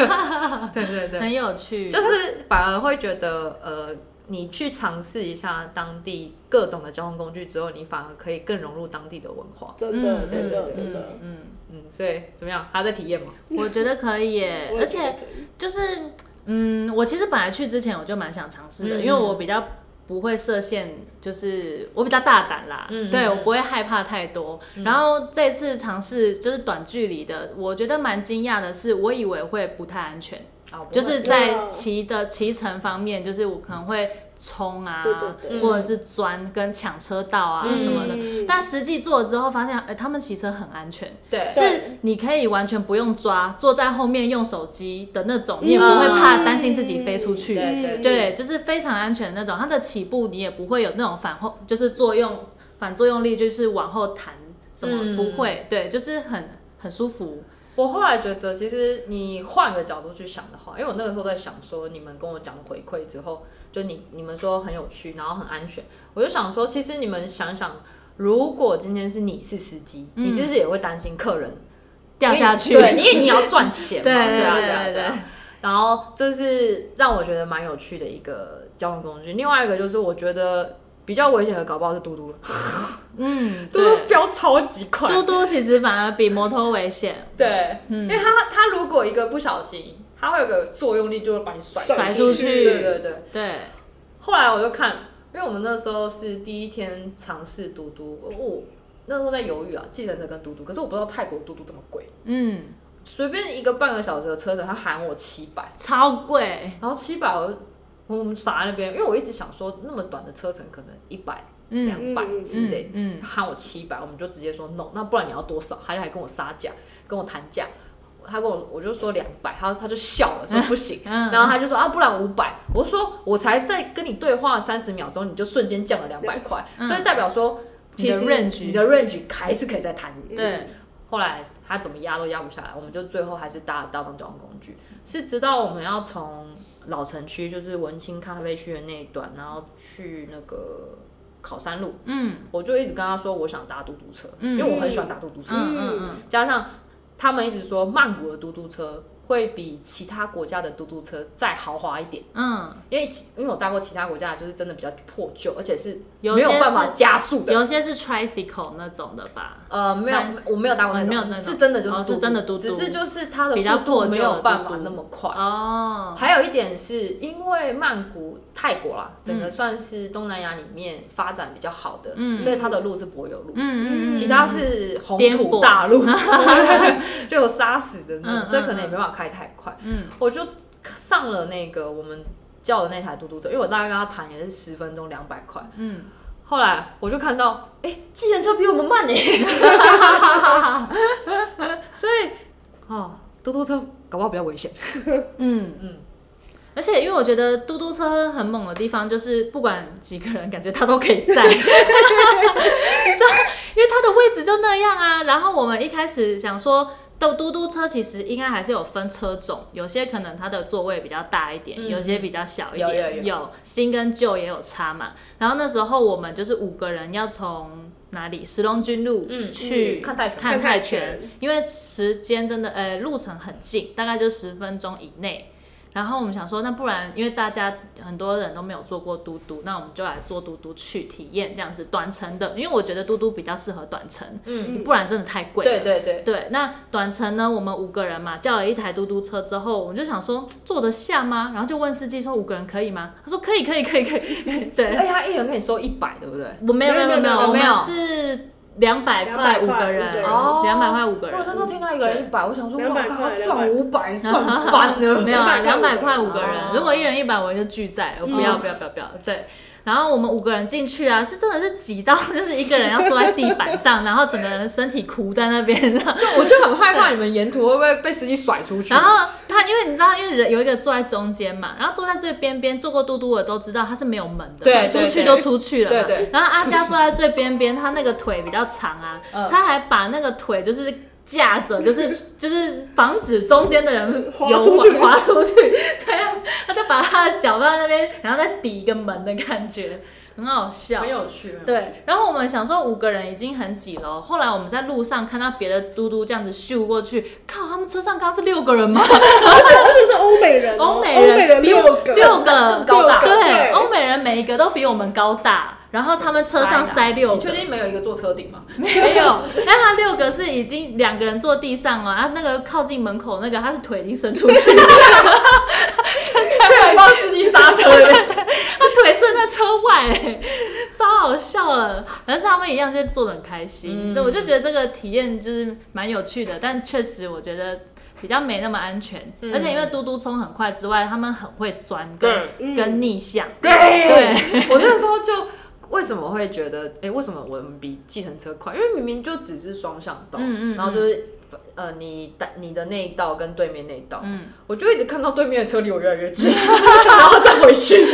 对对对，很有趣，就是反而会觉得，呃，你去尝试一下当地各种的交通工具之后，你反而可以更融入当地的文化。真的，嗯真的，嗯真的，嗯，嗯，所以怎么样？还在体验吗？我觉得可以耶， 我而也觉得且可以就是嗯，我其实本来去之前我就蛮想尝试的，嗯因为我比较不会设限，就是我比较大胆啦，嗯对嗯我不会害怕太多。嗯然后这次尝试就是短距离的，我觉得蛮惊讶的是，我以为会不太安全，啊，不会就是在哇骑的骑乘方面，就是我可能会冲啊，对对对或者是钻跟抢车道啊嗯什么的。嗯但实际做了之后，发现哎、他们骑车很安全，对对是你可以完全不用抓，坐在后面用手机的那嗯种，你也不会怕担心自己飞出去。对嗯对对，就是非常安全的那种。它的起步你也不会有那种反后，就是作用反作用力，就是往后弹什么、嗯不会。对，就是很很舒服。我后来觉得，其实你换个角度去想的话，因为我那个时候在想说，你们跟我讲回馈之后，就你你们说很有趣，然后很安全，我就想说，其实你们想想，如果今天是你是司机，嗯你是不是也会担心客人掉下去，因为对，因为你要赚钱嘛，对对啊，对对啊，对对对啊。然后这是让我觉得蛮有趣的一个交通工具。另外一个就是我觉得比较危险的，搞不好是嘟嘟了，嗯，嘟嘟对。飙超级快，嘟嘟其实反而比摩托危险，对，因为它它如果一个不小心，它会有个作用力，就会把你甩甩出出去。去对对对。对，后来我就看，因为我们那时候是第一天尝试嘟嘟，我、那时候在犹豫啊，计程车跟嘟嘟，可是我不知道泰国嘟嘟这么贵，嗯，随便一个半个小时的车程，他喊我七百。超贵，然后七百，我我们傻在那边，因为我一直想说那么短的车程可能一百、嗯两百嗯之类的，嗯嗯喊我七百，我们就直接说 no，那不然你要多少？他就还跟我杀价，跟我谈价，他跟我我就说两百，他他就笑了，说不行。嗯，然后他就说啊，不然五百。我说我才在跟你对话三十秒钟，你就瞬间降了两百块，嗯所以代表说，你其的实 range 你的 range 还是可以再谈。嗯对，后来他怎么压都压不下来，我们就最后还是搭了大众交通工具，是直到我们要从老城区，就是文青咖啡区的那一段，然后去那个考山路，嗯我就一直跟他说我想搭嘟嘟车，嗯因为我很喜欢搭嘟嘟车，嗯嗯加上他们一直说曼谷的嘟嘟车会比其他国家的嘟嘟车再豪华一点，嗯嗯，因为其因为我搭过其他国家，就是真的比较破旧，而且是有没有些办法是加速的。有些是 tricycle 那种的吧，呃，没有三，我没有搭过那哦种，没有那种是真的就是哦嘟嘟、是真的嘟嘟只是就是它的比较速破度没旧的有办嘟法嘟那么快。哦，还有一点是因为曼谷、泰国啦，整个算是东南亚里面发展比较好的，嗯所以它的路是柏油路，嗯嗯嗯，其他是红颠土簸大路， 就有沙石的那种，嗯所以可能也没办法开太快。嗯，我就上了那个我们叫的那台嘟嘟车，因为我大概跟他谈也是十分钟两百块，嗯，后来我就看到，哎、计程车比我们 慢呢、所以哦，嘟嘟车搞不好比较危险。嗯嗯。而且，因为我觉得嘟嘟车很猛的地方，就是不管几个人，感觉它都可以站，你知道因为它的位置就那样啊。然后我们一开始想说，嘟嘟嘟车其实应该还是有分车种，有些可能它的座位比较大一点，嗯有些比较小一有点，有有新跟旧也有差嘛。然后那时候我们就是五个人要从哪里石龙军路嗯去去看泰拳看看泰泰拳拳，因为时间真的呃路程很近，大概就十分钟以内。然后我们想说，那不然因为大家很多人都没有坐过嘟嘟，那我们就来坐嘟嘟去体验这样子短程的，因为我觉得嘟嘟比较适合短程，嗯，不然真的太贵了。对对对，对，那短程呢，我们五个人嘛，叫了一台嘟嘟车之后，我们就想说坐得下吗？然后就问司机说五个人可以吗？他说可以，可以，可以，可以。对，而且哎他一人给你收一百，对不对？我没有没有没有没没有有没有，我没们有是两百块200五块个五人个，人哦两百块五个我那时候人。听到一个人一百，我想说， 200哇靠，块他200赚五百赚翻了。没有啊，两百块200块五五个个人人，啊哦如果一人一百，我就拒载，我不要嗯不要不要不要。对，然后我们五个人进去啊，是真的是挤到，就是一个人要坐在地板上，然后整个人身体苦在那边， 然后就 我就很害怕你们沿途会不会被司机甩出去。然后他，因为你知道，因为人有一个坐在中间嘛，然后坐在最边边，坐过嘟嘟的都知道他是没有门的对嘛，出对对去就出去了嘛。对对然后阿佳坐在最边边，他那个腿比较长啊，嗯他还把那个腿就是。架着，就是 就是防止中间的人滑有出去滑出去，对啊，他就把他的脚放在那边，然后再抵一个门的感觉，很好哎笑很。有趣，很有趣，对，然后我们想说五个人已经很挤了哦，后来我们在路上看到别的嘟嘟这样子咻过去，靠，他们车上刚刚是六个人吗？而且而且是欧美人、哦，欧欧美人比我六个，六个更高大六个对，欧美人每一个都比我们高大，然后他们车上塞六 你个确，定没有一个坐车顶 吗？没有，但他六个是已经两个人坐地上哦，然后那个靠近门口那个他是腿已经伸出去了，还帮司机刹车，他腿伸在车外，哎超好笑了。但是他们一样就是坐的很开心，嗯对，我就觉得这个体验就是蛮有趣的，但确实我觉得。比较没那么安全，而且因为嘟嘟冲很快之外，他们很会钻跟嗯跟逆向，对，对，我那时候就为什么会觉得，哎、为什么我们比计程车快？因为明明就只是双向道，嗯嗯嗯然后就是呃，你带你的那一道跟对面那一道，嗯我就一直看到对面的车离我越来越 近，然后再回去，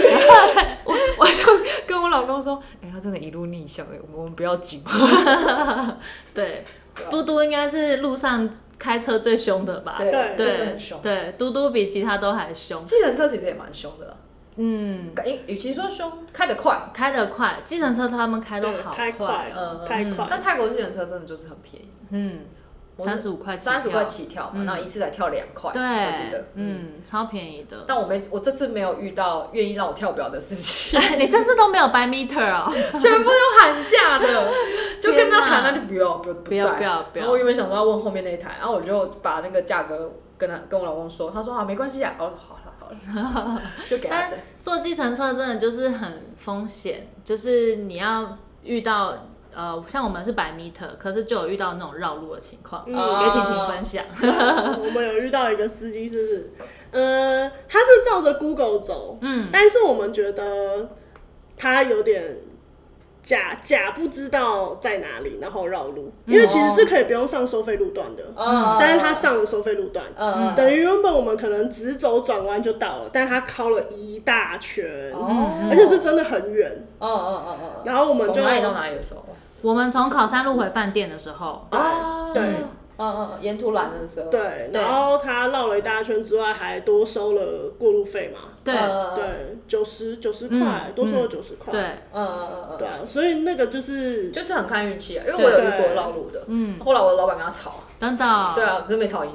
我我就跟我老公说，哎、他真的一路逆向、哎，我们不要紧，对，嘟嘟应该是路上开车最凶的吧？啊对对对真的很凶对，嘟嘟比其他都还凶。计程车其实也蛮凶的啦，嗯，诶与其说凶，开得快，开得快，计程车他们开都对好太快快，了嗯，太但快，泰国计程车真的就是很便宜，嗯，我三十五块，三十块，起跳嘛，嗯然后一次才跳两块，我记对得，，嗯，超便宜的。 但我没，我这次没有遇到愿意让我跳表的事情，哎你这次都没有白 meter 哦，全部都 喊价的，就跟他谈，天哪那就不要， 不要，不不要在不要不然后我要，原本想说要问后面那一台，然后我就把那个价格跟他跟我老公说，他说啊没关系啊，哦好了好了， 就给他但整。坐计程车真的就是很风险，就是你要遇到呃，像我们是百 meter，可是就有遇到那种绕路的情况，嗯给婷婷分享。我们有遇到一个司机，是，呃，他是照着 Google 走，嗯，但是我们觉得他有点假假不知道在哪里，然后绕路，因为其实是可以不用上收费路段的，哦嗯但是他上了收费路段，嗯等于原本我们可能直走转弯就到了，但他靠了一大圈，嗯哦而且嗯是真的很远，嗯嗯嗯嗯嗯然后我们从就哪里到哪里的时候，我们从考山路回饭店的时候，啊对嗯嗯，嗯沿途拦的时候，对，哦对然后他绕了一大圈之外，还多收了过路费嘛，对呃嗯嗯对，九十九十块，多收了九十块，呃嗯对，嗯嗯对啊，所以那个就是就是很看运气啊，因为我有遇过绕路的，嗯，后来我的老板跟他吵，等等，对，啊，可是没吵赢，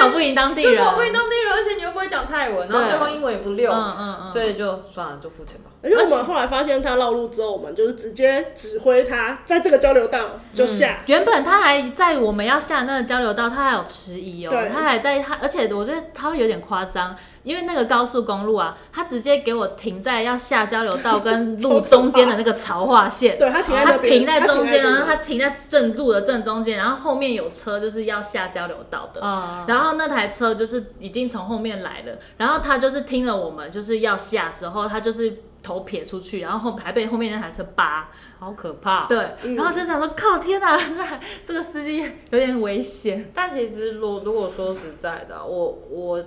吵不赢当地就人，是我不会当地人，而且你又不会讲泰文，然后对对方英文也不溜，嗯嗯嗯，所以就算了，就付钱吧。而且我们后来发现他绕路之后，我们就是直接指挥他在这个交流道就下。原本他还在我们要下那个交流道，他还有迟疑哦对，他还在他，而且我觉得他会有点夸张，因为那个高速公路啊，他直接给我停在要下交流道跟路中间的那个潮化线。对他停在嗯他那边，停在中间，啊然后他他停在正路的正中间，然后后面有车就是要下交流道的，嗯，然后那台车就是已经从后面来了，然后他就是听了我们就是要下之后，他就是头撇出去，然后后还被后面那台车扒，好可怕。对，然后就想说靠天哪、那这个司机有点危险，但其实，如如果说实在的啊，我我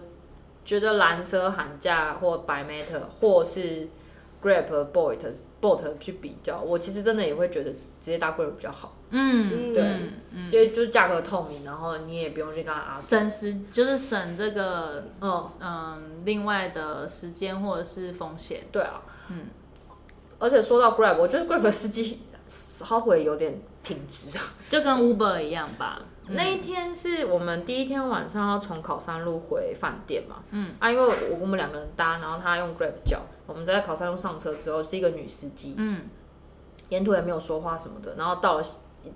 觉得蓝车喊价或白 meter 或是 Grab Bolt Bolt 去比较，我其实真的也会觉得直接搭 Grab 比较好，嗯，对嗯、就就是价格透明，然后你也不用去跟他 argue。省时就是省这个嗯，嗯另外的时间或者是风险，对啊，嗯。而且说到 Grab，我觉得 Grab 的司机稍微有点品质啊。就跟 Uber 一样吧，那一天是我们第一天晚上要从考山路回饭店嘛，嗯啊，因为我我们两个人搭，然后他用 Grab 叫，我们在考山路上车之后是一个女司机，嗯，沿途也没有说话什么的，然后到了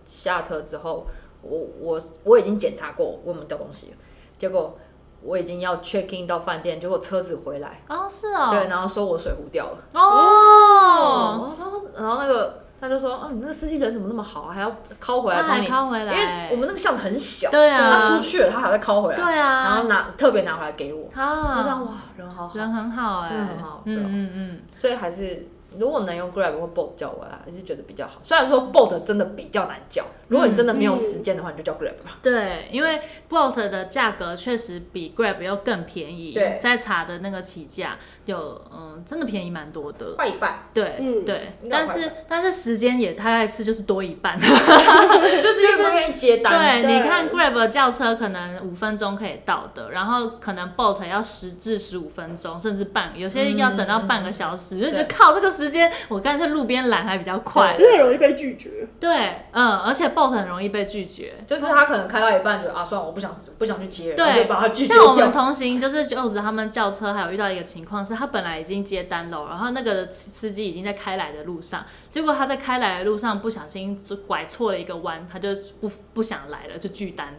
下车之后，我我我已经检查过我们掉东西了，结果我已经要 check in 到饭店，结果车子回来，哦是哦，对，然后说我水壶掉了，哦，我说，然后那个他就说，啊，你那个司机人怎么那么好啊，还要拷回来他帮还你，靠回因来，为我们那个巷子很小。对他出啊，去了，他还在拷回来，对啊，然后拿特别拿回来给我，我啊想哇人好好，人很好哎、真的很好对啊嗯嗯嗯，所以还是如果能用 Grab 或 Bolt 叫我啦，还是觉得比较好。虽然嗯说 Bolt 真的比较难叫，如果你真的没有时间的话，你就叫 Grab 吧。对，因为 Bolt 的价格确实比 Grab 又更便宜，对在查的那个起价有嗯，真的便宜蛮多的。快一半，对、嗯对应，该但快是但是时间也大概是就是多一 半，就是就是不愿意接单。对，对你看 Grab 叫车可能五分钟可以到的，然后可能 Bolt 要十至十五分钟，甚至半，有些要等到半个小时，就觉得对靠这个时间，我干脆路边拦还比较快。因为容易被拒绝。对，嗯，而且 Bolt 很容易被拒绝。就是他可能开到一半，觉得啊，算了，我不想不想去接，对然后就把它拒绝像我们掉。同行就是舅子他们叫车，还有遇到一个情况是，他本来已经接单了，然后那个司机已经在开来的路上，结果他在开来的路上不小心就拐错了一个弯，他就不不想来了，就拒 单。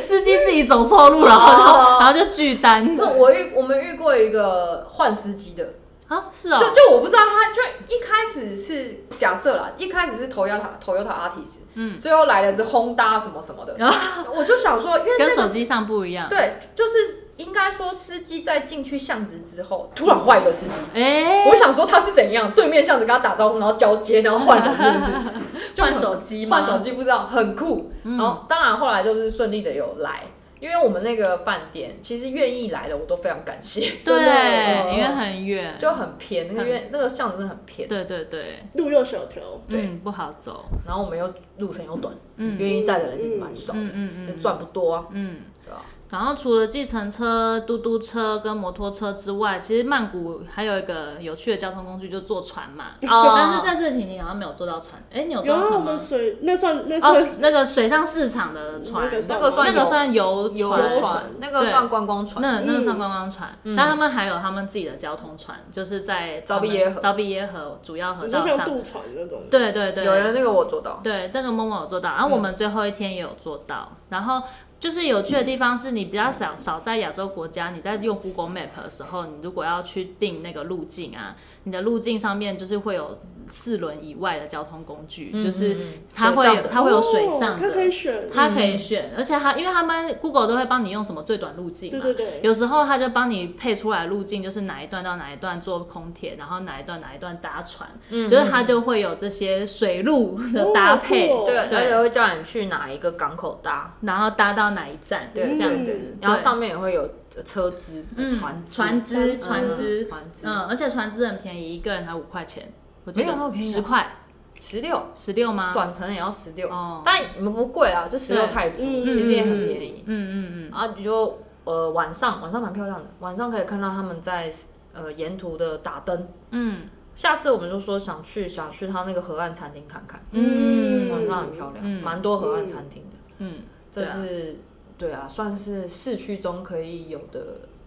司机自己走错路，然后哦然后就拒单。那我遇我们遇过一个换司机的，啊，是哦，就就我不知道他，就一开始是假设啦，一开始是 Toyota Toyota Artis，嗯，最后来的是 Honda 什么什 么的，我就想说，因为那跟个手机上不一样。对，就是应该说司机在进去巷子之后，突然换一个司机。哎、我想说他是怎样，对面巷子跟他打招呼，然后交接，然后换人是不 是？就很换手机吗换手机不知道，很酷。嗯然后当然后来就是顺利的有来，因为我们那个饭店其实愿意来的我都非常感 谢，对真的因为很远，就很偏，嗯那个院那个巷子真的很偏。对对对，路又小条，对嗯，不好走，然后我们又路程又短，嗯愿意载的人其实蛮少，嗯嗯嗯就赚不多 啊，嗯。对吧？然后除了计程车、嘟嘟车跟摩托车之外，其实曼谷还有一个有趣的交通工具，就坐船嘛。哦但啊是这次婷婷好像没有坐到船，哎，你有坐到有啊，我船们吗？水那算那算、哦，那个水上市场的船那，个那个算算那个游算游游船，船那个对算观光船，那那嗯个算观光船。但他们还有他们自己的交通船，就是在昭嗯毕耶河招毕耶河主要河你说道像上。渡船那种，哦对对对，有人那个我做到，对，这个默默有做到，嗯然后我们最后一天也有做到。然后就是有趣的地方是你比较少少在亚洲国家，你在用 Google Map 的时候，你如果要去定那个路径啊，你的路径上面就是会有四轮以外的交通工具，嗯就是它水会上有的它会有水上哦的，它可以选，嗯它可以选，而且它因为他们 Google 都会帮你用什么最短路径嘛，对对对有时候它就帮你配出来路径，就是哪一段到哪一段坐空铁，然后哪一段哪一段搭船，嗯就是它就会有这些水路的哦搭好配，酷哦对，对而且会叫你去哪一个港口搭，然后搭到哪一站，对这样子，然后对上面也会有车资、嗯船资船只嗯船只船只，嗯，而且船资很便宜，一个人才五块钱，我记没有那么得便宜啊十块十六十六吗？短程也要十六嗯哦，但你们不贵啊，就十六对泰铢，嗯其实也很便宜。嗯嗯嗯啊，你就呃晚上晚上蛮漂亮的，晚上可以看到他们在呃沿途的打灯。嗯下次我们就说想去想去他那个河岸餐厅看看，嗯晚上很漂亮，嗯蛮多河岸餐厅的。嗯，这是对啊，算是市区中可以有的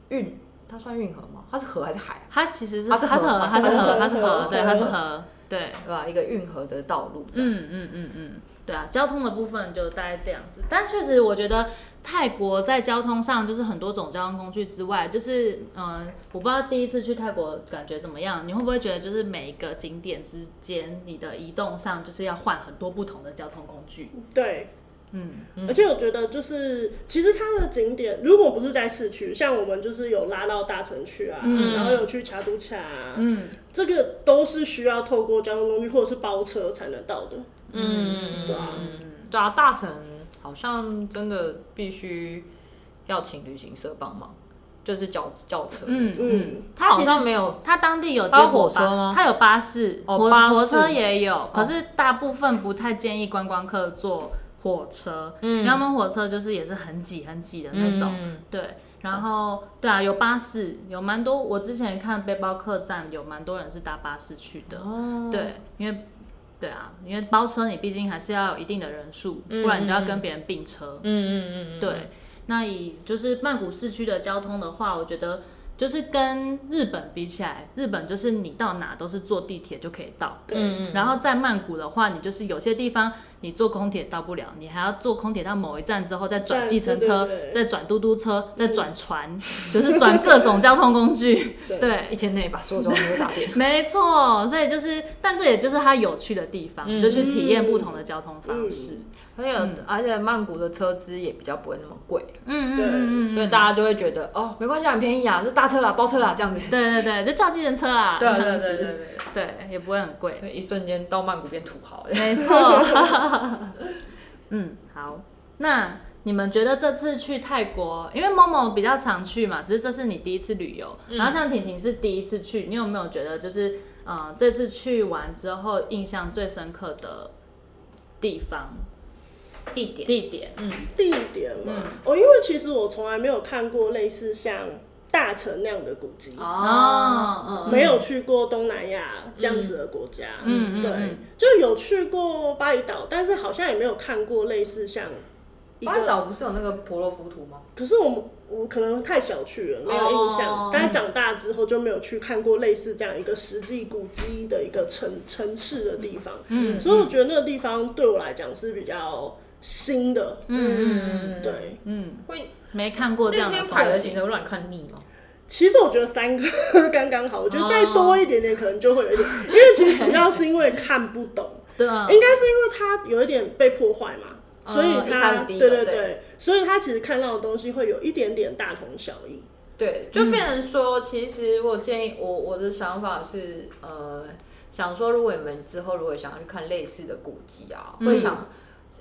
运，它算运河吗？它是河还是海啊？它其实是它是它是河河，它是它是河，河它是河，河对，河它是河，对。对吧？一个运河的道路这样。嗯嗯嗯嗯，对啊，交通的部分就大概这样子。但确实，我觉得泰国在交通上就是很多种交通工具之外，就是嗯、呃我不知道第一次去泰国感觉怎么样，你会不会觉得就是每一个景点之间，你的移动上就是要换很多不同的交通工具？对。嗯而且我觉得，就是其实它的景点，如果不是在市区，像我们就是有拉到大城区啊，然后有去卡都卡、啊，嗯，这个都是需要透过交通工具或者是包车才能到的。嗯对啊对啊，大城好像真的必须要请旅行社帮忙，就是轿轿车。嗯嗯嗯，它其好实像没有它当地有接搭火驳车巴吗它有巴士，哦火巴士火车也有，可是大部分不太建议观光客坐火车，因为他们火车就是也是很挤很挤的那种，嗯对。然后对啊，有巴士，有蛮多。我之前看背包客栈有蛮多人是搭巴士去的，哦，对，因为对啊，因为包车你毕竟还是要有一定的人数，不然你就要跟别人并车，嗯嗯嗯嗯，对，那以就是曼谷市区的交通的话，我觉得就是跟日本比起来，日本就是你到哪都是坐地铁就可以到。对，嗯嗯，然后在曼谷的话，你就是有些地方你坐空铁到不了，你还要坐空铁到某一站之后再转站计程对车对，对再转嘟嘟车，再转 船，就是转各种交通工具。对对，一天内把所有妆都打 遍。没错，所以就是，但这也就是它有趣的地方，嗯就去体验不同的交通方式。还有，嗯而且曼谷的车资也比较不会那么贵，嗯嗯对嗯嗯，所以大家就会觉得哦，没关系啊，很便宜啊，就搭车啦，包车啦这样 子。对对对，就叫计程车啊啊啦，这样子对，啊对，也不会很 贵。 所以一瞬间到曼谷变土豪了。没错。 嗯，好。那你们觉得这次去泰国，因为某某比较常去嘛，只是这是你第一次旅游，然后像婷婷是第一次去，你有没有觉得就是，呃，这次去完之后印象最深刻的地方、地点地点？地点嘛，嗯哦，因为其实我从来没有看过类似像大城那样的古迹，哦嗯哦，没有去过东南亚这样子的国家，嗯嗯嗯对，嗯就有去过巴厘岛，但是好像也没有看过类似像一巴厘个，岛不是有那个婆罗浮屠吗？可是我们我可能太小去了，没有印象。哦但是长大之后就没有去看过类似这样一个实际古迹的一个城城市的地方，嗯所以我觉得那个地方对我来讲是比较新的，嗯嗯嗯，对。嗯，会没看过这那啊样的天风排的景行程会让你看腻吗？其实我觉得三个刚刚好，我觉得再多一点点可能就会有一点，因为其实主要是因为看不懂，对啊，应该是因为它有一点被破坏嘛，所以一开它始第一对个对对对，所以它其实看到的东西会有一点点大同小异。对，就变成说，其实我建议我我的想法是，呃，想说如果你们之后如果想要去看类似的古迹嗯啊，会想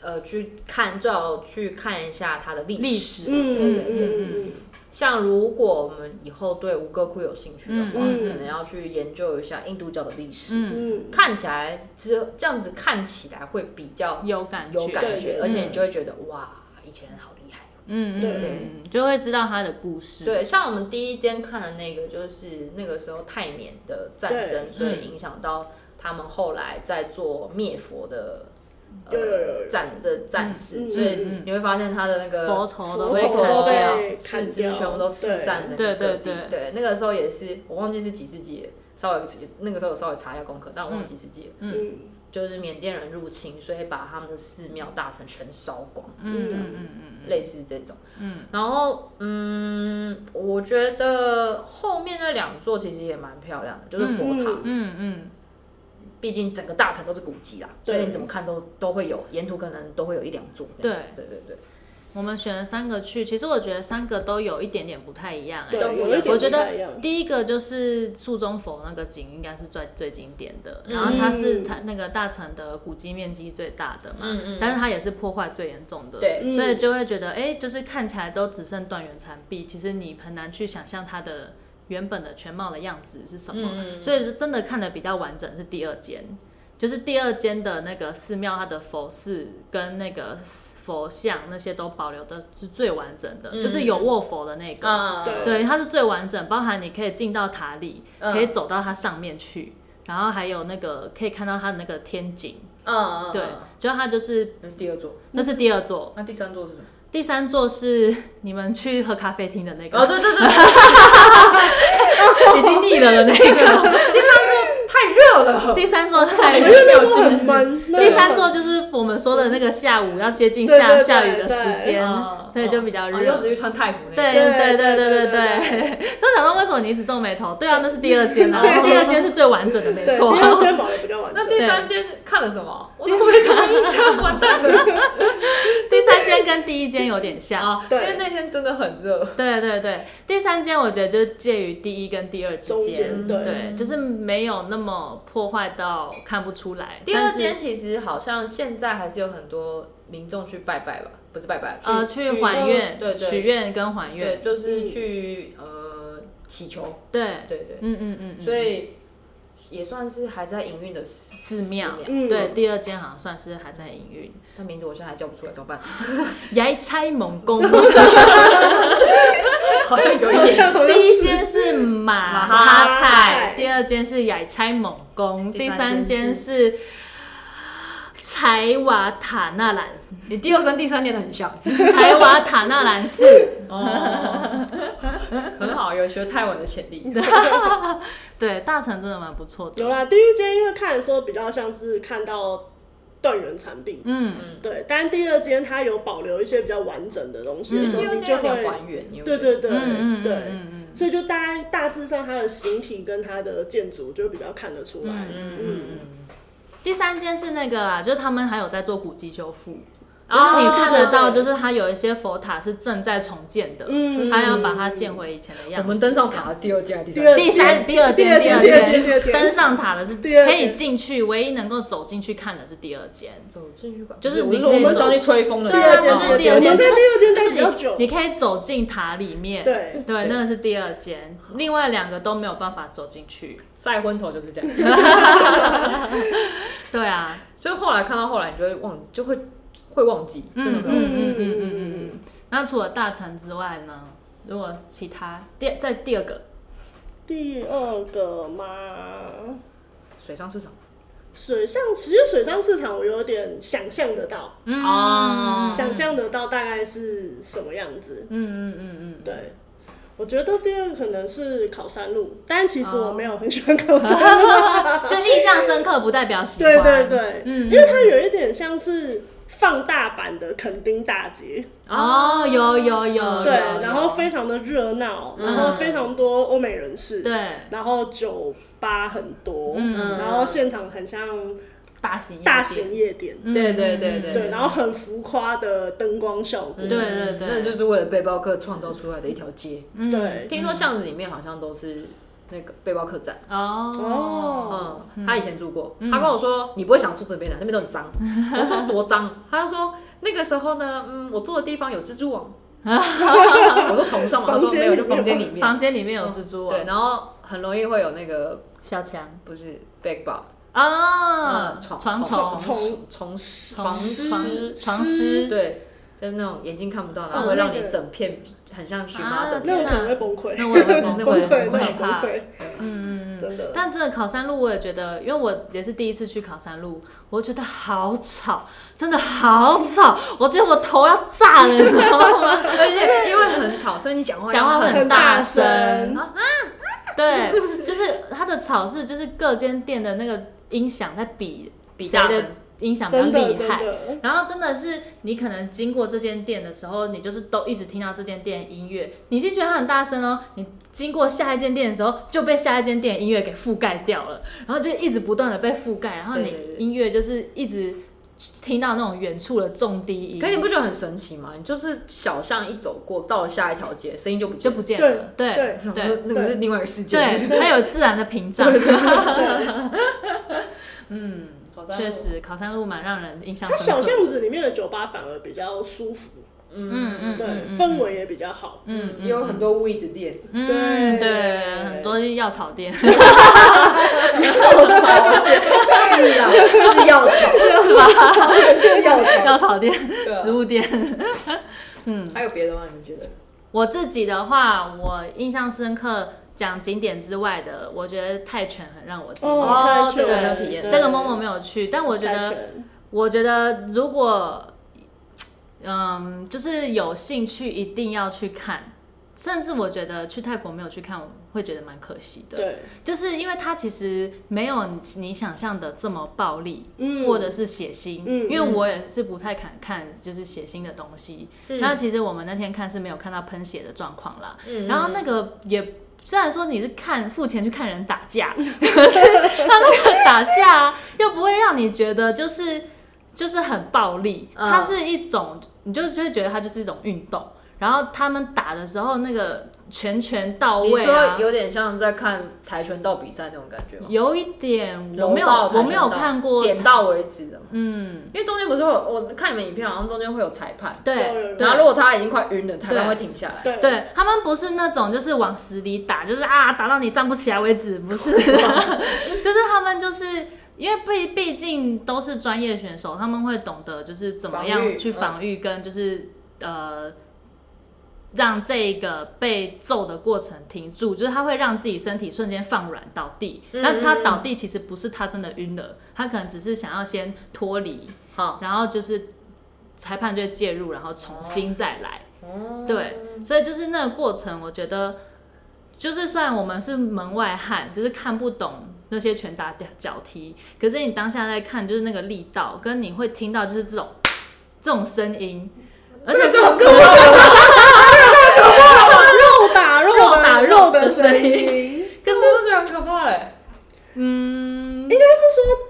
呃去看，最好去看一下它的历历史。史，嗯对嗯对对嗯嗯，像如果我们以后对吴哥窟有兴趣的话，嗯嗯可能要去研究一下印度教的历史。嗯，嗯，看起来只这样子看起来会比较有感觉，有感对觉，对而且你就会觉得哇，以前好厉害。嗯，嗯对嗯，嗯就会知道他的故事，对，像我们第一间看的那个，就是那个时候泰缅的战争，所嗯以影响到他们后来在做灭佛的。有有有呃，有战的战士，嗯所以你会发现他的那个佛头的佛头头都被啊砍四肢掉全部都四散整个对对各地对对，那个时候也是，我忘记是几世纪了，稍微那个时候有稍微查一下功课，但我忘记几世纪了，嗯就是缅甸人入侵，所以把他们的寺庙大城全烧光，嗯嗯嗯嗯。类似这种。嗯，然后嗯，我觉得后面那两座其实也蛮漂亮的，就是佛塔，嗯嗯毕竟整个大城都是古迹啦，所对以你怎么看都都会有，沿途可能都会有一两座这样。对对对，我们选了三个去，其实我觉得三个都有一点点不太一样、对，欸。有一点我觉不太一得样第一个就是树中佛那个景应该是最最经典的，嗯然后它是它那个大城的古迹面积最大的嘛，嗯嗯但是它也是破坏最严重的，对嗯所以就会觉得哎、就是看起来都只剩断垣残壁，其实你很难去想象它的原本的全貌的样子是什么，嗯所以是真的看的比较完整是第二间，就是第二间的那个寺庙，它的佛寺跟那个佛像那些都保留的是最完整的，嗯就是有卧佛的那个，啊对嗯对，它是最完整，包含你可以进到塔里，嗯可以走到它上面去，然后还有那个可以看到它的那个天井，嗯，对，就它就是那是第二座，那是第二座，那第三座是什么？第三座是你们去喝咖啡厅的那个，哦，对对对，已经腻了的那个， 太热了。 第三座太我热觉得那个很闷。那个第三座就是我们说的那个下午要接近对下对对下雨的时间嗯，所以就比较热。哦又只去穿泰服那对间对对对对对对对对对， 就想到为什么你一直皱眉头？对啊，那是第二间啊，第二间是最完整的，没对，错。第二间保的比较完那整。第三间看了什么？我怎么没什么印象？完蛋了 第三间跟第一间有点像，啊！哦因对为那天真的很热。对对对，第三间我觉得就是介于第一跟第二之中间，间对嗯对，就是没有那么破坏到看不出来。第二但是间其实好像现在还是有很多民众去拜拜吧，不是拜拜，呃去还愿、对对许愿跟还对，愿，就是去呃祈求，对，对对。嗯嗯嗯，嗯所以也算是还在营运的寺寺庙嗯对，第二间好像算是还在营运，但名字我现在还叫不出来，怎么办？牙拆猛攻。好像有 好一点。像好像第一是间是马马哈哈泰泰，第二间是雅拆猛攻，第第三三间间是柴瓦塔纳兰，你第二跟第三念的很像，柴瓦塔纳兰 寺。很好，有学泰文的潜力。对，大城真的蛮不错的。有啦，第一间因为看的时候比较像是看到断垣残壁。嗯，对，但第二间它有保留一些比较完整的东西其嗯的实时候，第二你间就有点会还原，你有对没有对对嗯嗯对，嗯嗯所以就大概大致上它的形体跟它的建筑就比较看得出来。嗯嗯嗯嗯，第三间是那个啦，就是他们还有在做古迹修复，就哦是你看得到，对对对就是它有一些佛塔是正在重建的，嗯它要把它建回以前的样子。我们登上塔的第二间还是第第二三第三、第二间、第二间二间第二间登上塔的是第二可间以进去，唯一能够走进去看的是第二间。走进去馆就是我你说我可以们走上去吹风的对那啊个对地啊方，对啊第我二们在间第二间就是待比较你久。你可以走进塔里面，对对，对那个是第二间，另外两个都没有办法走进去。晒昏头就是这样。 对啊，所以后来看到后来，你就会忘，就会会忘记，真的会嗯忘嗯记。嗯嗯嗯嗯嗯。那除了大城之外呢？如果其他第在第二个第二个嘛，水上市场，水上其实水上市场我有点想象得到，嗯哦嗯想象得到大概是什么样子。嗯嗯嗯对，我觉得第二个可能是考山路，但其实我没有很喜欢考山路。嗯，就印象深刻不代表喜 啊对欢，对对，嗯因为它有一点像是放大版的垦丁大街，哦，有有有，对，有然后非常的热闹，嗯然后非常多欧美人士，对然后酒吧很多，嗯然后现场很像大型大型，型夜店，嗯对对对对对，然后很浮夸的灯光效果，对对对，嗯那就是为了背包客创造出来的一条街。嗯对听说巷子里面好像都是那个背包客栈。哦哦，嗯，他以前住过，他跟我说你不会想住这边的，那边都很脏。我说多 脏，他就说那个时候呢，嗯，我住的地方有蜘蛛 网。我说床上嘛，他说房间没有，里就房间里面。房间里面有蜘蛛哦对，网，然后很容易会有那个小强不是 bag bug，啊，嗯，床床虫虫虫虫虱床床床虱，床虱，对，就是那种眼睛看不到，然哦后会让那你个整片很像荨麻啊疹。那我可能会崩溃，那我也会崩溃崩溃，很会那很崩 怕溃，嗯嗯嗯。真的。但这个考山路我也觉得，因为我也是第一次去考山路，我觉得好吵，真的好吵，我觉得我头要炸了，你知道吗？ 而且因为很吵，所以你讲话要讲话会很很大大声声啊，对，就是它的吵是就是各间店的那个音响在比比大谁声的。音响比较真的厉真害，的，然后真的是你可能经过这间店的时候，你就是都一直听到这间店的音乐，你已经觉得它很大声哦。你经过下一间店的时候，就被下一间店的音乐给覆盖掉了，然后就一直不断的被覆盖，然后对对你对音乐就是一直听到那种远处的重低音，可你不觉得很神奇吗？你就是小巷一走过，到了下一条街，声音就不就见了不见了，对对我想对嗯说那个是另外一个世界。就是 对，它有自然的屏障。嗯，确实，考山路蛮让人印象它深刻小的。巷子里面的酒吧反而比较舒服，嗯嗯，对嗯，氛围也比较好。嗯嗯嗯，也有很多 weed 的店，嗯，对对，很多药草店，药草 是啊，是药 草是吧？是药草，药草店、对啊植物店。还有别的吗？你们觉得？我自己的话，我印象深刻，讲景点之外的，我觉得泰拳很让我惊艳。哦泰拳这个没有体验对这个默默没有去，但我觉泰得，拳我觉得如果，嗯，就是有兴趣，一定要去看。甚至我觉得去泰国没有去看，我会觉得蛮可惜的。对，就是因为它其实没有你你想象的这么暴力，嗯或者是血腥。嗯因为我也是不太敢看就是血腥的东西。那其实我们那天看是没有看到喷血的状况啦。嗯然后那个也虽然说你是看付钱去看人打 架，可是他那个打架啊、又不会让你觉得就是就是很暴力，嗯它是一种你就是就会觉得它就是一种运动。然后他们打的时候，那个拳拳到你位啊说，有点像在看跆拳道比赛那种感觉吗？有一点我没柔有道跆拳我道没有看过，点到为止的，嗯，因为中间不是会有我看你们影片，好像中间会有裁判，对然后如对果他已经快晕了，裁判对会停下来。对对，他们不是那种就是往死里打，就是啊打到你站不起来为止，不 是，就是他们就是。因为毕毕竟都是专业选手，他们会懂得就是怎么防样御去防御，跟就是、呃，让这个被揍的过程停住，就是他会让自己身体瞬间放软倒地。嗯但他倒地其实不是他真的晕了，他可能只是想要先脱离，好，然后就是裁判就会介入，然后重新再来。哦对，所以就是那个过程，我觉得就是虽然我们是门外汉，就是看不懂那些拳打脚踢，可是你当下在看，就是那个力道，跟你会听到就是这种这种声音，而且就很很可怕哦肉打肉肉打打肉肉的的声声音，可欸是我觉得很可怕哎。嗯，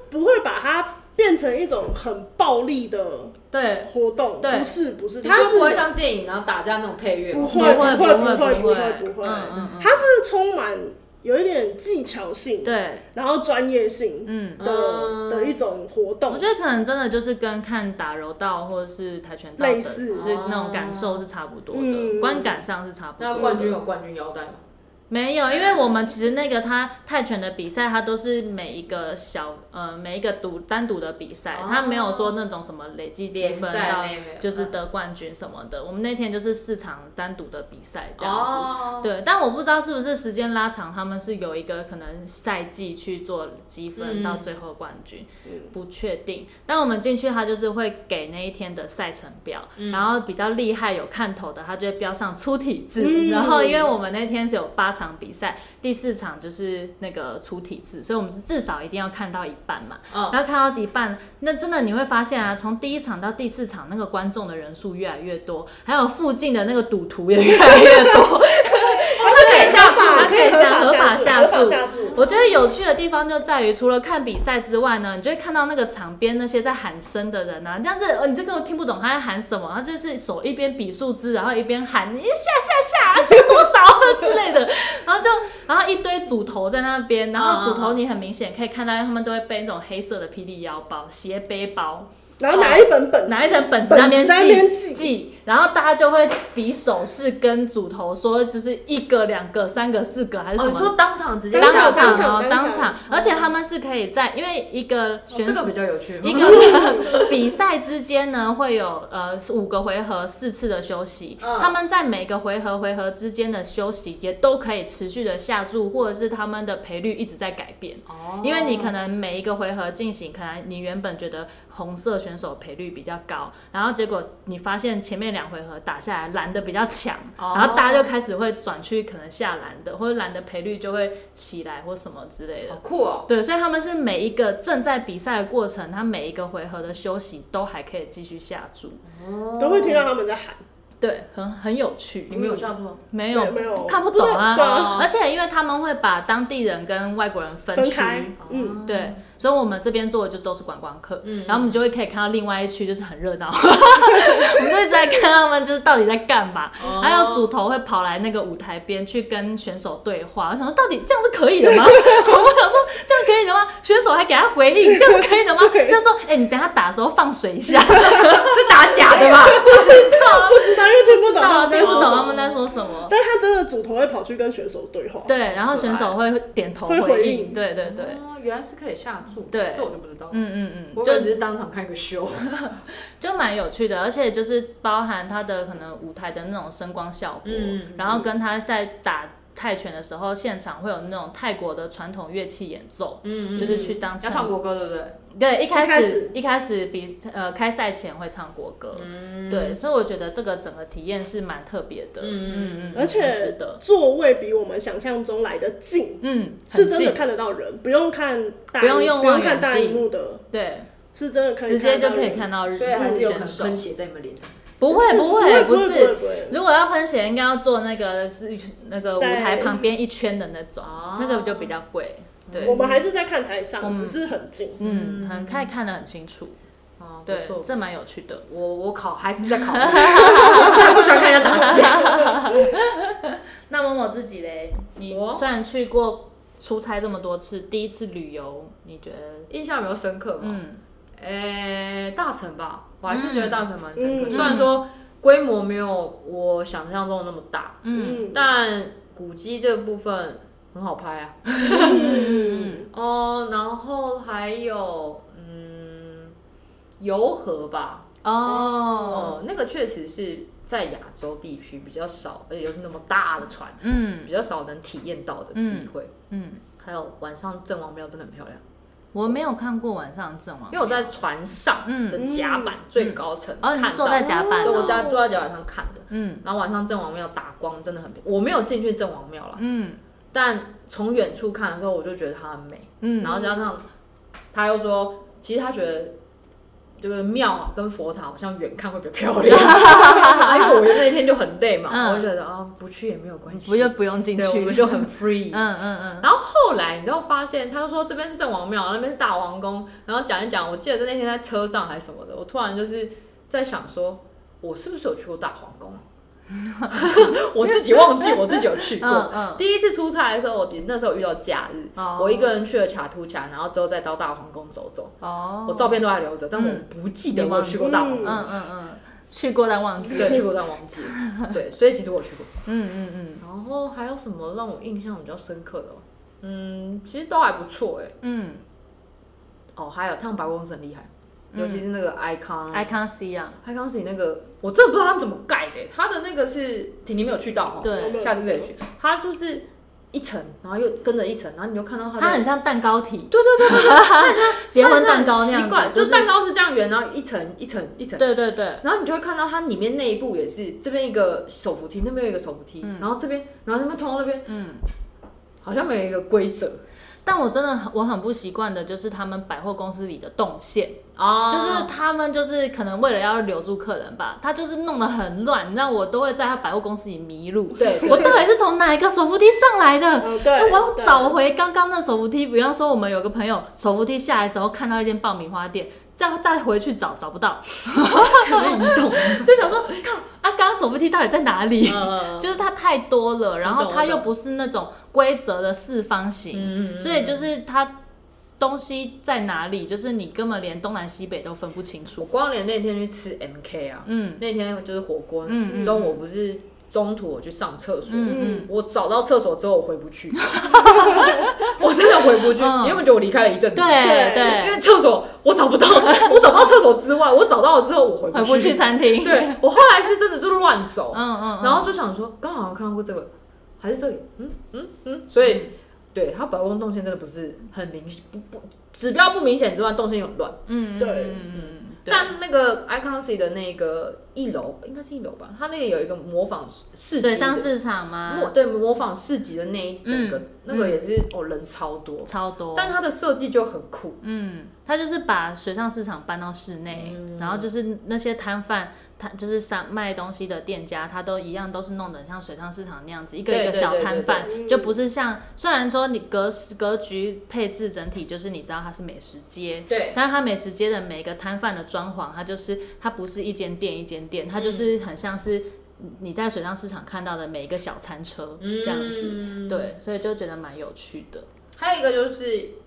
不会把它变成一种很暴力的对，活动，对不是不是，你它说是不会像电影然后打架那种配乐不吗？会不会不不不会会不不会会不会嗯嗯，嗯它是充满有一点技巧性，对，然后专业性嗯，的的一种活我动觉。得可能真的就是跟看打柔道或者是跆拳道的类似只是那种感受是差不多的，嗯观感上是差不多那的。冠军有冠军腰带吗？没有，因为我们其实那个他泰拳的比赛，它都是每一个小呃每一个独单独的比赛，哦它没有说那种什么累积积联分赛到没有没有就是得冠军什么的。我们那天就是四场单独的比赛这样子。哦，对，但我不知道是不是时间拉长，他们是有一个可能赛季去做积分嗯到最后冠军，不确定。但我们进去，他就是会给那一天的赛程表，嗯然后比较厉害有看头的，他就会标上粗体字。嗯然后因为我们那天是有八场比赛，第四场就是那个粗体字，所以我们至少一定要看到一半嘛。嗯然后看到一半，那真的你会发现啊，从第一场到第四场，那个观众的人数越来越多，还有附近的那个赌徒也越来越 多。它可以下注它可以合下合法法下下合法注下注。我觉得有趣的地方就在于，除了看比赛之外呢，你就会看到那个场边那些在喊声的人啊，这样子，呃，你这个听不懂他在喊什么，他就是手一边比数字，然后一边喊你下下下下多少之类的，然后就然后一堆组头在那边，然后组头你很明显可以看到他们都会背那种黑色的霹雳腰包、斜背包，然后拿一本本，拿一层本子在那边本子在那边记记记，然后大家就会比手势跟组头说，就是一个、两个、三个、四个还是什哦，么你的。说当场直接当当场场当哦场，嗯当当场场，而且他们是可以在，因为一个哦选这手个比较有趣。一个 比赛之间呢，会有呃五个回合四次的休息，嗯他们在每个回合回合之间的休息也都可以持续的下注，或者是他们的赔率一直在改变。哦因为你可能每一个回合进行，可能你原本觉得红色选手赔率比较高，然后结果你发现前面两回合打下来蓝的比较强，哦然后大家就开始会转去可能下蓝的，或者蓝的赔率就会起来或什么之类好的。酷哦，对，所以他们是每一个正在比赛的过程，他每一个回合的休息都还可以继续下注，都会听到他们在喊。哦对，很很有趣。你们有下注吗？没有没有看不懂不知道对啊？啊而且因为他们会把当地人跟外国人分分区，哦开，哦嗯，对，所以我们这边做的就都是观光客，然后我们就会可以看到另外一区就是很热闹，我们就一直在看他们就是到底在干嘛，哦还有组头会跑来那个舞台边去跟选手对话，我想说到底这样是可以的吗？我 想说这样可以的吗？选手还给他回应，这样是可以的吗？对就说哎、你等下打的时候放水一下， 这打假的吧？不知道因为听不懂他到们在听不说懂什他么。们在说什么。但他真的主头会跑去跟选手对话，对，然后选手会点头会回回应应，对对对，哦，原来是可以下注，对这我就不知道。嗯嗯嗯，我就就只是当场看个秀，就蛮有趣的，而且就是包含它的可能舞台的那种声光效果，嗯然后跟他在打泰拳的时候，现场会有那种泰国的传统乐器演奏，嗯就是去当要唱国歌，对不对？对，一开一开始始一开始比呃开赛前会唱国歌，嗯对，所以我觉得这个整个体验是蛮特别的，嗯嗯嗯，而很且值得，座位比我们想象中来的近，嗯，是很真的近，看得到人，不用看大，不用用不用望远看大荧镜幕的，对，是真的可以直接看就得到可以人看到日所以还是有可能选手喷血在你们脸上。不会是不会会不会是不会，如果要喷血，应该要做那个是那个舞台在旁边一圈的那种哦，那个就比较贵。对我，们还是在看台上，我们只是很近。嗯，很看看得很清楚，哦，不对错，这蛮有趣的。我我考还是 在考，我实在不喜欢看人家打架。 那某某自己嘞，你我虽然去过出差这么多次，第一次旅游，你觉得？印象比较深刻嘛，嗯，诶，大城吧，我还是觉得大城蛮深刻，嗯虽然说规模没有我想象中的那么大，嗯，但古迹这部分很好拍啊。嗯哦，然后还有嗯，游河吧，哦，哦，那个确实是在亚洲地区比较少，而且又是那么大的船，嗯比较少能体验到的机会。嗯，哦还有晚上郑王庙真的很漂亮，我没有看过晚上阵亡，啊因为我在船上的甲板最高层嗯哦，你是看坐到在的，甲板对，哦，我家坐在甲板上看的。嗯然后晚上郑王庙打光真的很漂亮，我没有进去郑王庙了，嗯但从远处看的时候，我就觉得它很美。嗯，然后加上他又说，其实他觉得这个庙跟佛塔好像远看会比较漂亮， 因为我那一天就很累嘛，嗯我就觉得啊不去也没有关系，我就不用进去，对，我们就很 free。嗯嗯然后后来你知道发现，他就说这边是郑王庙，那边是大王宫，然后讲一讲，我记得在那天在车上还是什么的，我突然就是在想说，我是不是有去过大皇宫？ 我自己忘记我自己有去嗯过。嗯嗯，第一次出差的时候，我那时候遇到假日，哦我一个人去了卡图卡，然后之后再到大皇宫走走。哦，我照片都还留着，但我不记得我有去过大皇嗯宫。嗯嗯，去过但忘记，对，去过但忘记了。对，所以其实我有去过。嗯嗯嗯然后还有什么让我印象比较深刻的哦？嗯，其实都还不错哎、嗯哦，还有他们白宫是很厉害，嗯尤其是那个 icon、 ，I can't see 啊， icon 是那个，我真的不知道他们怎么盖的、他的那个是婷婷没有去到哦，对，下次再去。他就是一层，然后又跟着一层，然后你就看到它它的很像蛋糕体，对对对对对，结婚蛋糕很那样奇怪，子就是蛋糕是这样圆，然后一层一层一层。对对对，然后你就会看到它里面那一步也是这边一个手扶梯，那边有一个手扶梯，然后这边，然后那边通到那边，嗯。好像没有一个规则但我真的很我很不习惯的，就是他们百货公司里的动线，哦就就是是他们就是可能为了要留住客人吧，他就是弄得很乱，让我都会在他百货公司里迷路。对对我到底是从哪一个手扶梯上来的？嗯，对，哎那我要对找回刚刚那手扶梯。比方说，我们有个朋友手扶梯下来的时候看到一间爆米花店，再再回去找找不到，可能移动， 就想说靠啊，刚刚手扶梯到底在哪里？嗯 就是它太多了，然后懂它我懂又不是那种规则的四方形，嗯所以就是它东西在哪里，就是你根本连东南西北都分不清我楚。光连那天去吃 MK 啊，嗯那天就是火锅，嗯嗯中午不是中途我去上厕所，嗯嗯，我找到厕所之后我回不 去，我真的回不去，嗯你有没有觉得我离开了一阵子？对对因为对，厕所我找不到， 我找不到厕所之外，我找到了之后我回回不去餐厅。对我后来是真的就乱走，嗯嗯，然后就想说，刚好看到过这个，还是这里，嗯嗯嗯，所以对它白宫动线真的不是很明显，不不指标不明显之外，动线有很乱。嗯嗯对嗯嗯嗯，对但那个 Icon C 的那个一楼应该是一楼吧，它那个有一个模仿市集水上的，市场吗？模对模仿市集的那一整个、嗯那个也是、哦人超多，超多，但它的设计就很酷，嗯，他就是把水上市场搬到室内，嗯然后就是那些摊贩，他就是商卖东西的店家，他都一样，都是弄得像水上市场那样子，一个对一个对小对摊对贩对，嗯就不是像虽然说你格格局配置整体就是你知道它是美食街。对，但是它美食街的每个摊贩的装潢，它就是它不是一间店一间店，它就是很像是你在水上市场看到的每一个小餐车这样子，嗯。对，所以就觉得蛮有趣的。还有一个就是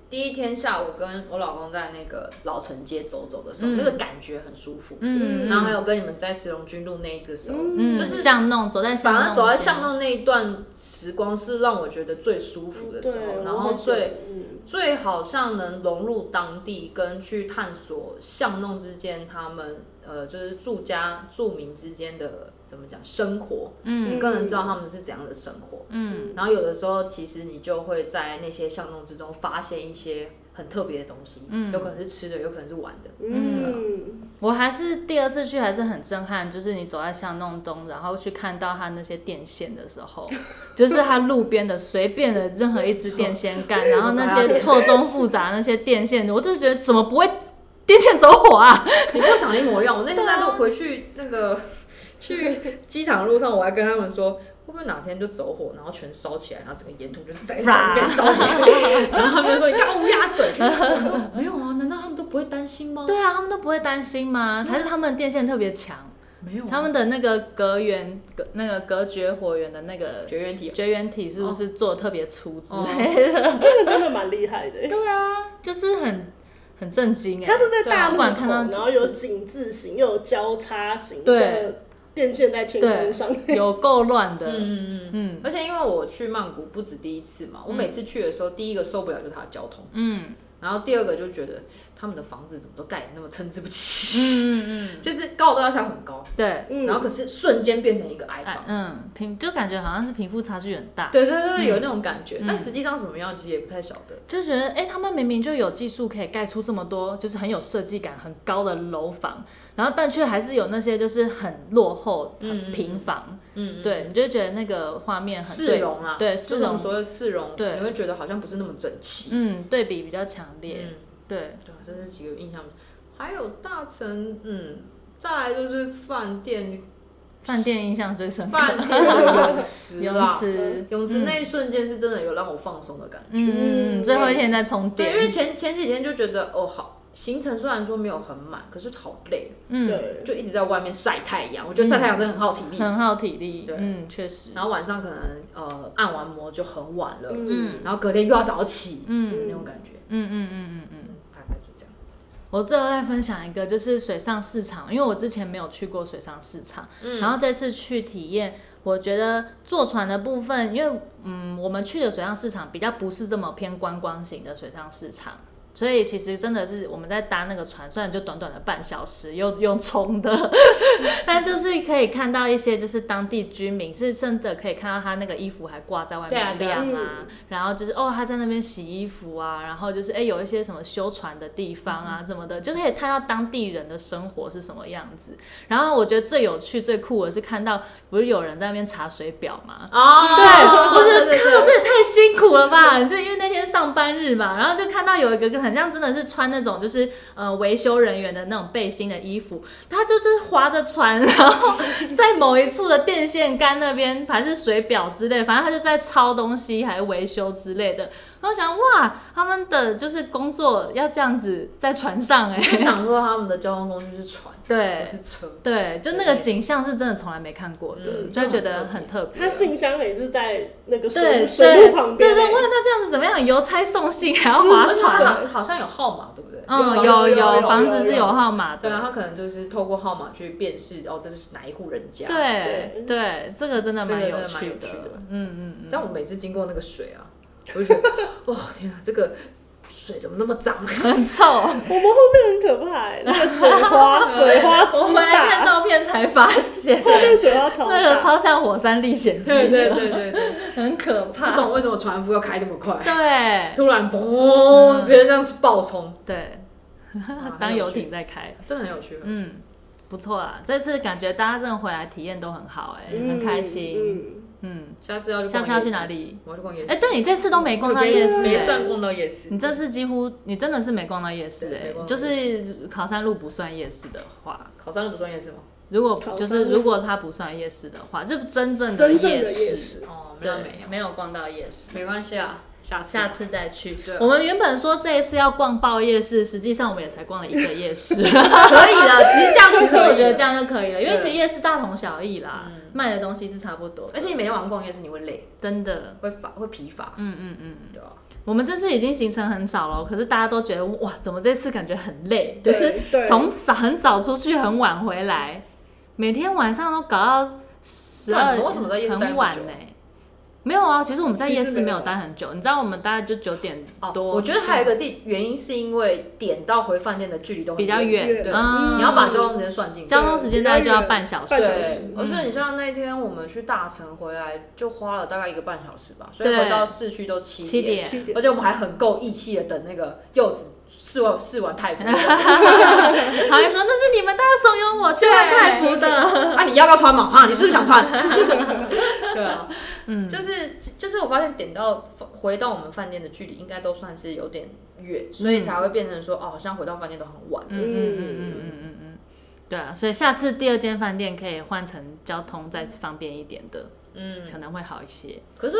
第一天下午跟我老公在那个老城街走走的时候，嗯那个感觉很舒服。嗯，然后还有跟你们在石龙军路那一个时候，嗯，就就是是巷弄走在反巷弄而走在间巷弄那一段时光是让我觉得最舒服的时候，对然我后很喜最欢嗯最好像能融入当地，跟去探索巷弄之间他们呃，就是住家住民之间的怎么讲生活，嗯你更能知道他们是怎样的生活。嗯然后有的时候，其实你就会在那些巷弄之中发现一些很特别的东西，嗯有可能是吃的，有可能是玩的，嗯，，我还是第二次去还是很震撼，就是你走在巷弄中，然后去看到它那些电线的时候， 就是它路边的随便的任何一支电线 杆，然后那些错综复杂那些电线，我就觉得怎么不会电线走火啊？ 你跟我想的一模一样。我那天在路回去那个去机场的路上，我还跟他们说，会不会哪天就走火，然后全烧起来，然后整个沿途 就是在整边烧起来， 然后他们就说你干嘛乌鸦嘴？我说没有啊，难道他们都不会担心吗？对啊，他们都不会担心吗？啊还是他们的电线特别强？没有啊、他们的那个隔源隔那个隔绝火源的那个绝缘哦体。绝缘体是不是做得特别粗哦 之类的？那个真的蛮厉害 的。对啊，就是很很震惊哎、它是在大对啊不路管口，看到然后有井字形，又有交叉型对的电线在天空上。有够乱的，嗯嗯嗯，而且因为我去曼谷不止第一次嘛，我每次去的时候，第一个受不了就是它的交通，嗯，然后第二个就觉得他们的房子怎么都盖得那么参差不齐，嗯嗯就是高楼大厦很高，嗯，对，嗯，然后可是瞬间变成一个矮哎房。嗯，贫就感觉好像是贫富差距很大，对对对对，有那种感觉，嗯但实际上什么样其实也不太晓得。就觉得哎、诶他们明明就有技术可以盖出这么多，就是很有设计感、很高的楼房，然后但却还是有那些就是很落后、很平房，嗯，对，你就会觉得那个画面很市对，容啊，对就市是我容们，所谓的市容，对你会觉得好像不是那么整齐。嗯，对比比较强烈，嗯，对，对，这是几个印象。还有大城，嗯，再来就是饭店，饭店印象最深刻，饭啊店的泳池泳啦，池，泳池那一瞬间是真的有让我放松的感觉。嗯，嗯，最后一天在充对，电，因为前前几天就觉得哦好，行程虽然说没有很满，可是好累，啊嗯，对，就一直在外面晒太阳。我觉得晒太阳真的很耗体力。很耗体力，对嗯，确实，然后晚上可能呃按完摩就很晚了，嗯然后隔天又要早起，嗯的那种感觉，嗯嗯嗯嗯嗯。嗯，大概就这样。我最后再分享一个，就是水上市场，因为我之前没有去过水上市场，嗯然后这次去体验，我觉得坐船的部分，因为嗯，我们去的水上市场比较不是这么偏观光型的水上市场。所以其实真的是我们在搭那个船，虽然就短短的半小时，又用冲的， 但就是可以看到一些就是当地居民是真的可以看到他那个衣服还挂在外对啊面对啊晾啊，然后就是哦，他在那边洗衣服啊，然后就是哎、有一些什么修船的地方嗯啊，怎么的，就是可以看到当地人的生活是什么样子。然后我觉得最有趣、最酷的是看到不是有人在那边查水表吗？哦，对， 我觉得对靠，这也太辛苦了吧！就因为那天上班日嘛，然后就看到有一个很像真的是穿那种就是呃维修人员的那种背心的衣服，他就是划着船，然后在某一处的电线杆那边还是水表之类，反正他就在抄东西，还维修之类的。然后想哇，他们的就是工作要这样子在船 上哎、 就想说他们的交通工具是船，对不是车，对，就那个景象是真的从来没看过的，嗯就会觉得很特别。他信箱也是在那个水对路水路旁边对欸，对，哇，那这样子怎么样？邮差送信还要划而且船？它啊好像有号码，对不对？嗯，有有有有房子是有有号码对啊，的。他可能就是透过号码去辨识，哦，这是哪一户人家。，对对，这个真的这个蛮真的有蛮趣有趣的嗯嗯嗯。但我每次经过那个水啊，我就觉得，哇、天啊，这个水怎么那么脏？很臭，我们后面很可怕欸，那个水花水花 我回之来看大，照片才发现，后面水花 超那个大，超像《火山历险记》 的，对对对， 很可不怕。懂为什么船夫要开这么快，对突然嘣，嗯直接这样子爆 冲，对，啊当很有游趣艇在开，真的很有趣。嗯，不错啦。这次感觉大家真的回来体验都很好，哎，很开心。嗯，嗯，下次要去，下次要去哪？里？我要去逛夜市。哎，对你这次都没逛到夜市，没哎算逛到夜市。你这次几乎你真的是没逛到夜市对哎、没逛到就是考山路不算夜市的话，考山路不算夜市吗？如果考山路就是如果它不算夜市的话，就真正的真正的嗯夜夜市，市，哦，没对有，没有，没有逛到夜市。没关系啊，下次下次再去对。我们原本说这一次要逛爆夜市，实际上我们也才逛了一个夜可市。以 啦。其实这样就其实可以我觉得了这，样就可啊以了，因为对其实夜市大同小异啦，卖的东西是差不多的。而且你每天晚上逛夜市，你会累，真的，会乏，会疲乏。嗯嗯嗯，对啊，我们这次已经行程很少了，可是大家都觉得哇，怎么这次感觉很累，就对是对从早很早出去，很晚回来，每天晚上都搞到十那二，你们为什么在夜市待那很么晚久呢、没有啊，其实我们在其夜实市没没有有待很久，你知道我们大概就九点哦，多。我觉得还有一个地原因是因为点到回饭店的距离都很比较远，远，对嗯，你要把交通时间算进去。交通嗯时间大概就要半小时，半小时对，而且你像那天我们去大城回来，就花了大概一个半小时吧，所以回到市区都七七点七点而且我们还很够义气的等那个柚子试完试完泰服，他还说那是你们大家怂恿我去换泰服的，啊，你要不要穿嘛？哈，你是不是想穿？ 对啊，嗯，就是就是我发现点到回到我们饭店的距离应该都算是有点远，所以才会变成说哦，好像回到饭店都很晚。嗯嗯嗯嗯嗯嗯嗯，对啊，所以下次第二间饭店可以换成交通再方便一点的，嗯，可能会好一些。可是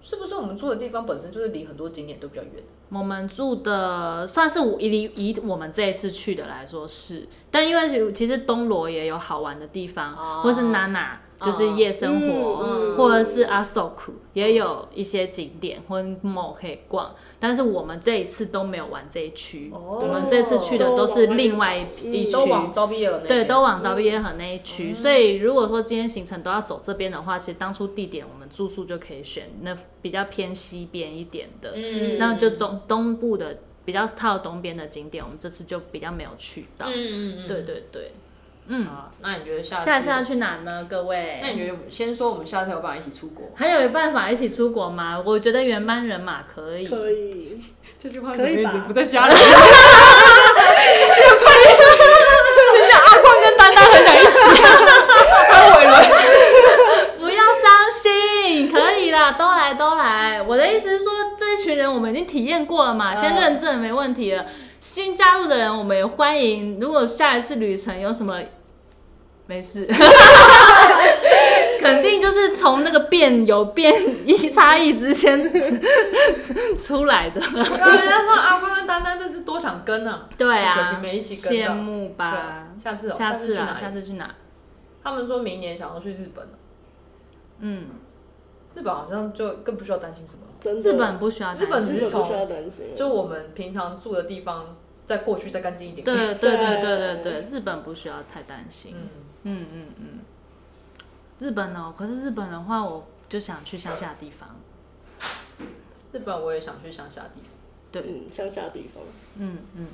是不是我们住的地方本身就是离很多景点都比较远？我们住的算是我以以我们这一次去的来说是，但因为其实东罗也有好玩的地方，哦或是娜娜就是夜生活，嗯嗯或者是阿索库也有一些景点或 mall 可以逛，但是我们这一次都没有玩这一区，哦我们这次去的都是另外一嗯一区。都往招毕业了那对，边都往早毕业河那一嗯区，所以如果说今天行程都要走这边的话，其实当初地点我们住宿就可以选那比较偏西边一点的，嗯那就中东部的比较靠东边的景点，我们这次就比较没有去到。嗯对对对，嗯好啊那你觉得下次？下次要去哪呢，各那位？你觉得先说我们下次有办法一起出国？还有办法一起出国吗？我觉得原班人马可以。可以，这句话可以吧不在 家里。很想阿冠跟丹丹很想一起，还有伟伦。不要伤心，可以 啦，都来都来。我的意思是说，这一群人我们已经体验过了嘛，嗯先认证没问题了。新加入的人我们也欢迎，如果下一次旅程有什么。没 事，肯定就是从那个变有变异差异之间出来的。啊人家说阿冠跟丹丹这是多想跟啊，对啊，可惜没一起跟羡到慕吧。对下次哦下次次去啊，哪下里？次去哪？他们说明年想要去日本啊嗯，日本好像就更不需要担心什么了，真的。日本不需要担日本心日本不需要担心，就我们平常住的地方，再过去再干净一点。对对对对对对对，日本不需要太担心。嗯，嗯嗯嗯，日本哦，可是日本的话，我就想去乡下地方。日本我也想去乡下地方。对，嗯乡下 地方，嗯嗯，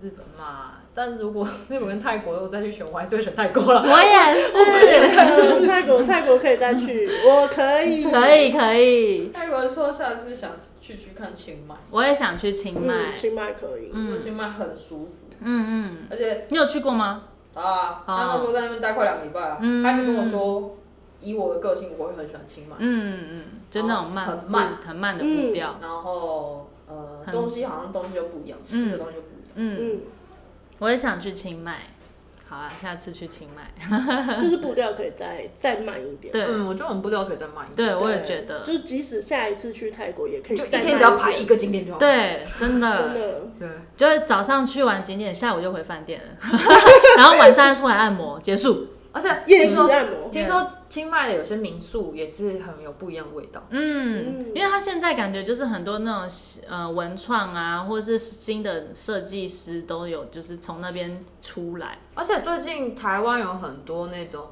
日本嘛，但如 果日本跟泰国，我再去选，我还是会选泰国了。嗯我也是，嗯泰国泰国可以再去，我可以，嗯可以可以，泰国说下次想去去看清迈，我也想去清迈嗯，。清迈可以，嗯，清迈很舒服，嗯而且嗯，你有去过吗？啊，他那时候在那边待快两个礼拜啊，嗯他一直跟我说，以我的个性，我会很喜欢清迈，嗯嗯嗯，就那种慢很慢很慢的步调。然后呃，很东西好像东西又不一样，吃的东西又不一样。嗯，嗯，我也想去清迈。好啊，下次去清迈。嗯就是步调可以再 再慢一点。对嗯，我觉得我们步调可以再慢一点，对，对我也觉得，就即使下一次去泰国也可以就再一慢一天只要排一点，个景点就好。对，真真的，的，对，就是早上去完景点，下午就回饭店了， 然后晚上再出来按摩，结束。而 且夜听市说按摩，听说清迈的有些民宿也是很有不一样的味道。嗯，因为他现在感觉就是很多那种呃文创啊，或者是新的设计师都有，就是从那边出来，而且最近台湾有很多那种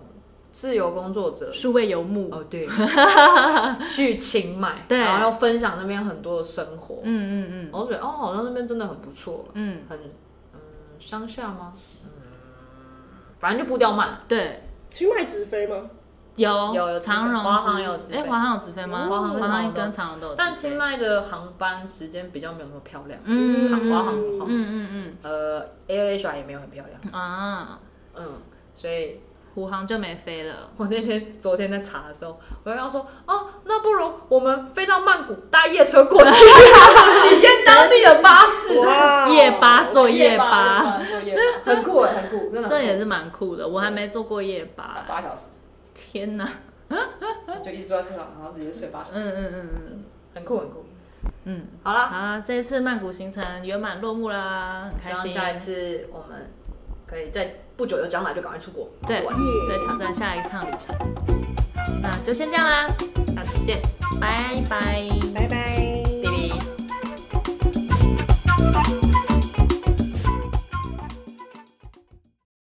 自由工作者，数位游牧。哦 对，去清迈，对然后要分享那边很多的生活，嗯嗯我就觉得哦，好像那边真的很不错，嗯很嗯乡下吗？嗯，反正就步调慢了嗯，，对，清迈直飞吗？有有有直飞长荣华航有直飞哎，华航有直飞吗？有华航跟华长航荣都跟长荣都有直飞，但清迈的航班时间比较没有那么漂亮，嗯长华航不好，嗯嗯呃，AirAsia 也没有很漂亮，嗯啊，嗯，所以虎航就没飞了。我那天昨天在查的时候，我就跟他说，哦，那不如我们飞到曼谷搭夜车过去， 体验当地的巴士。 哇夜巴坐夜夜巴，巴，坐夜巴，很酷哎，很酷，真的很酷。这也是蛮酷的，我还没坐过夜巴。八小时，天哪，就一直坐在车上，然后直接睡八小嗯时，嗯嗯嗯很酷很酷。嗯，好啦，好啊，这一次曼谷行程圆满落幕啦，希很开望心。下一次我们可以在不久的将来就赶快出国，对出完对，挑战下一趟旅程。好，那就先这样啦，下次见，拜拜。拜拜。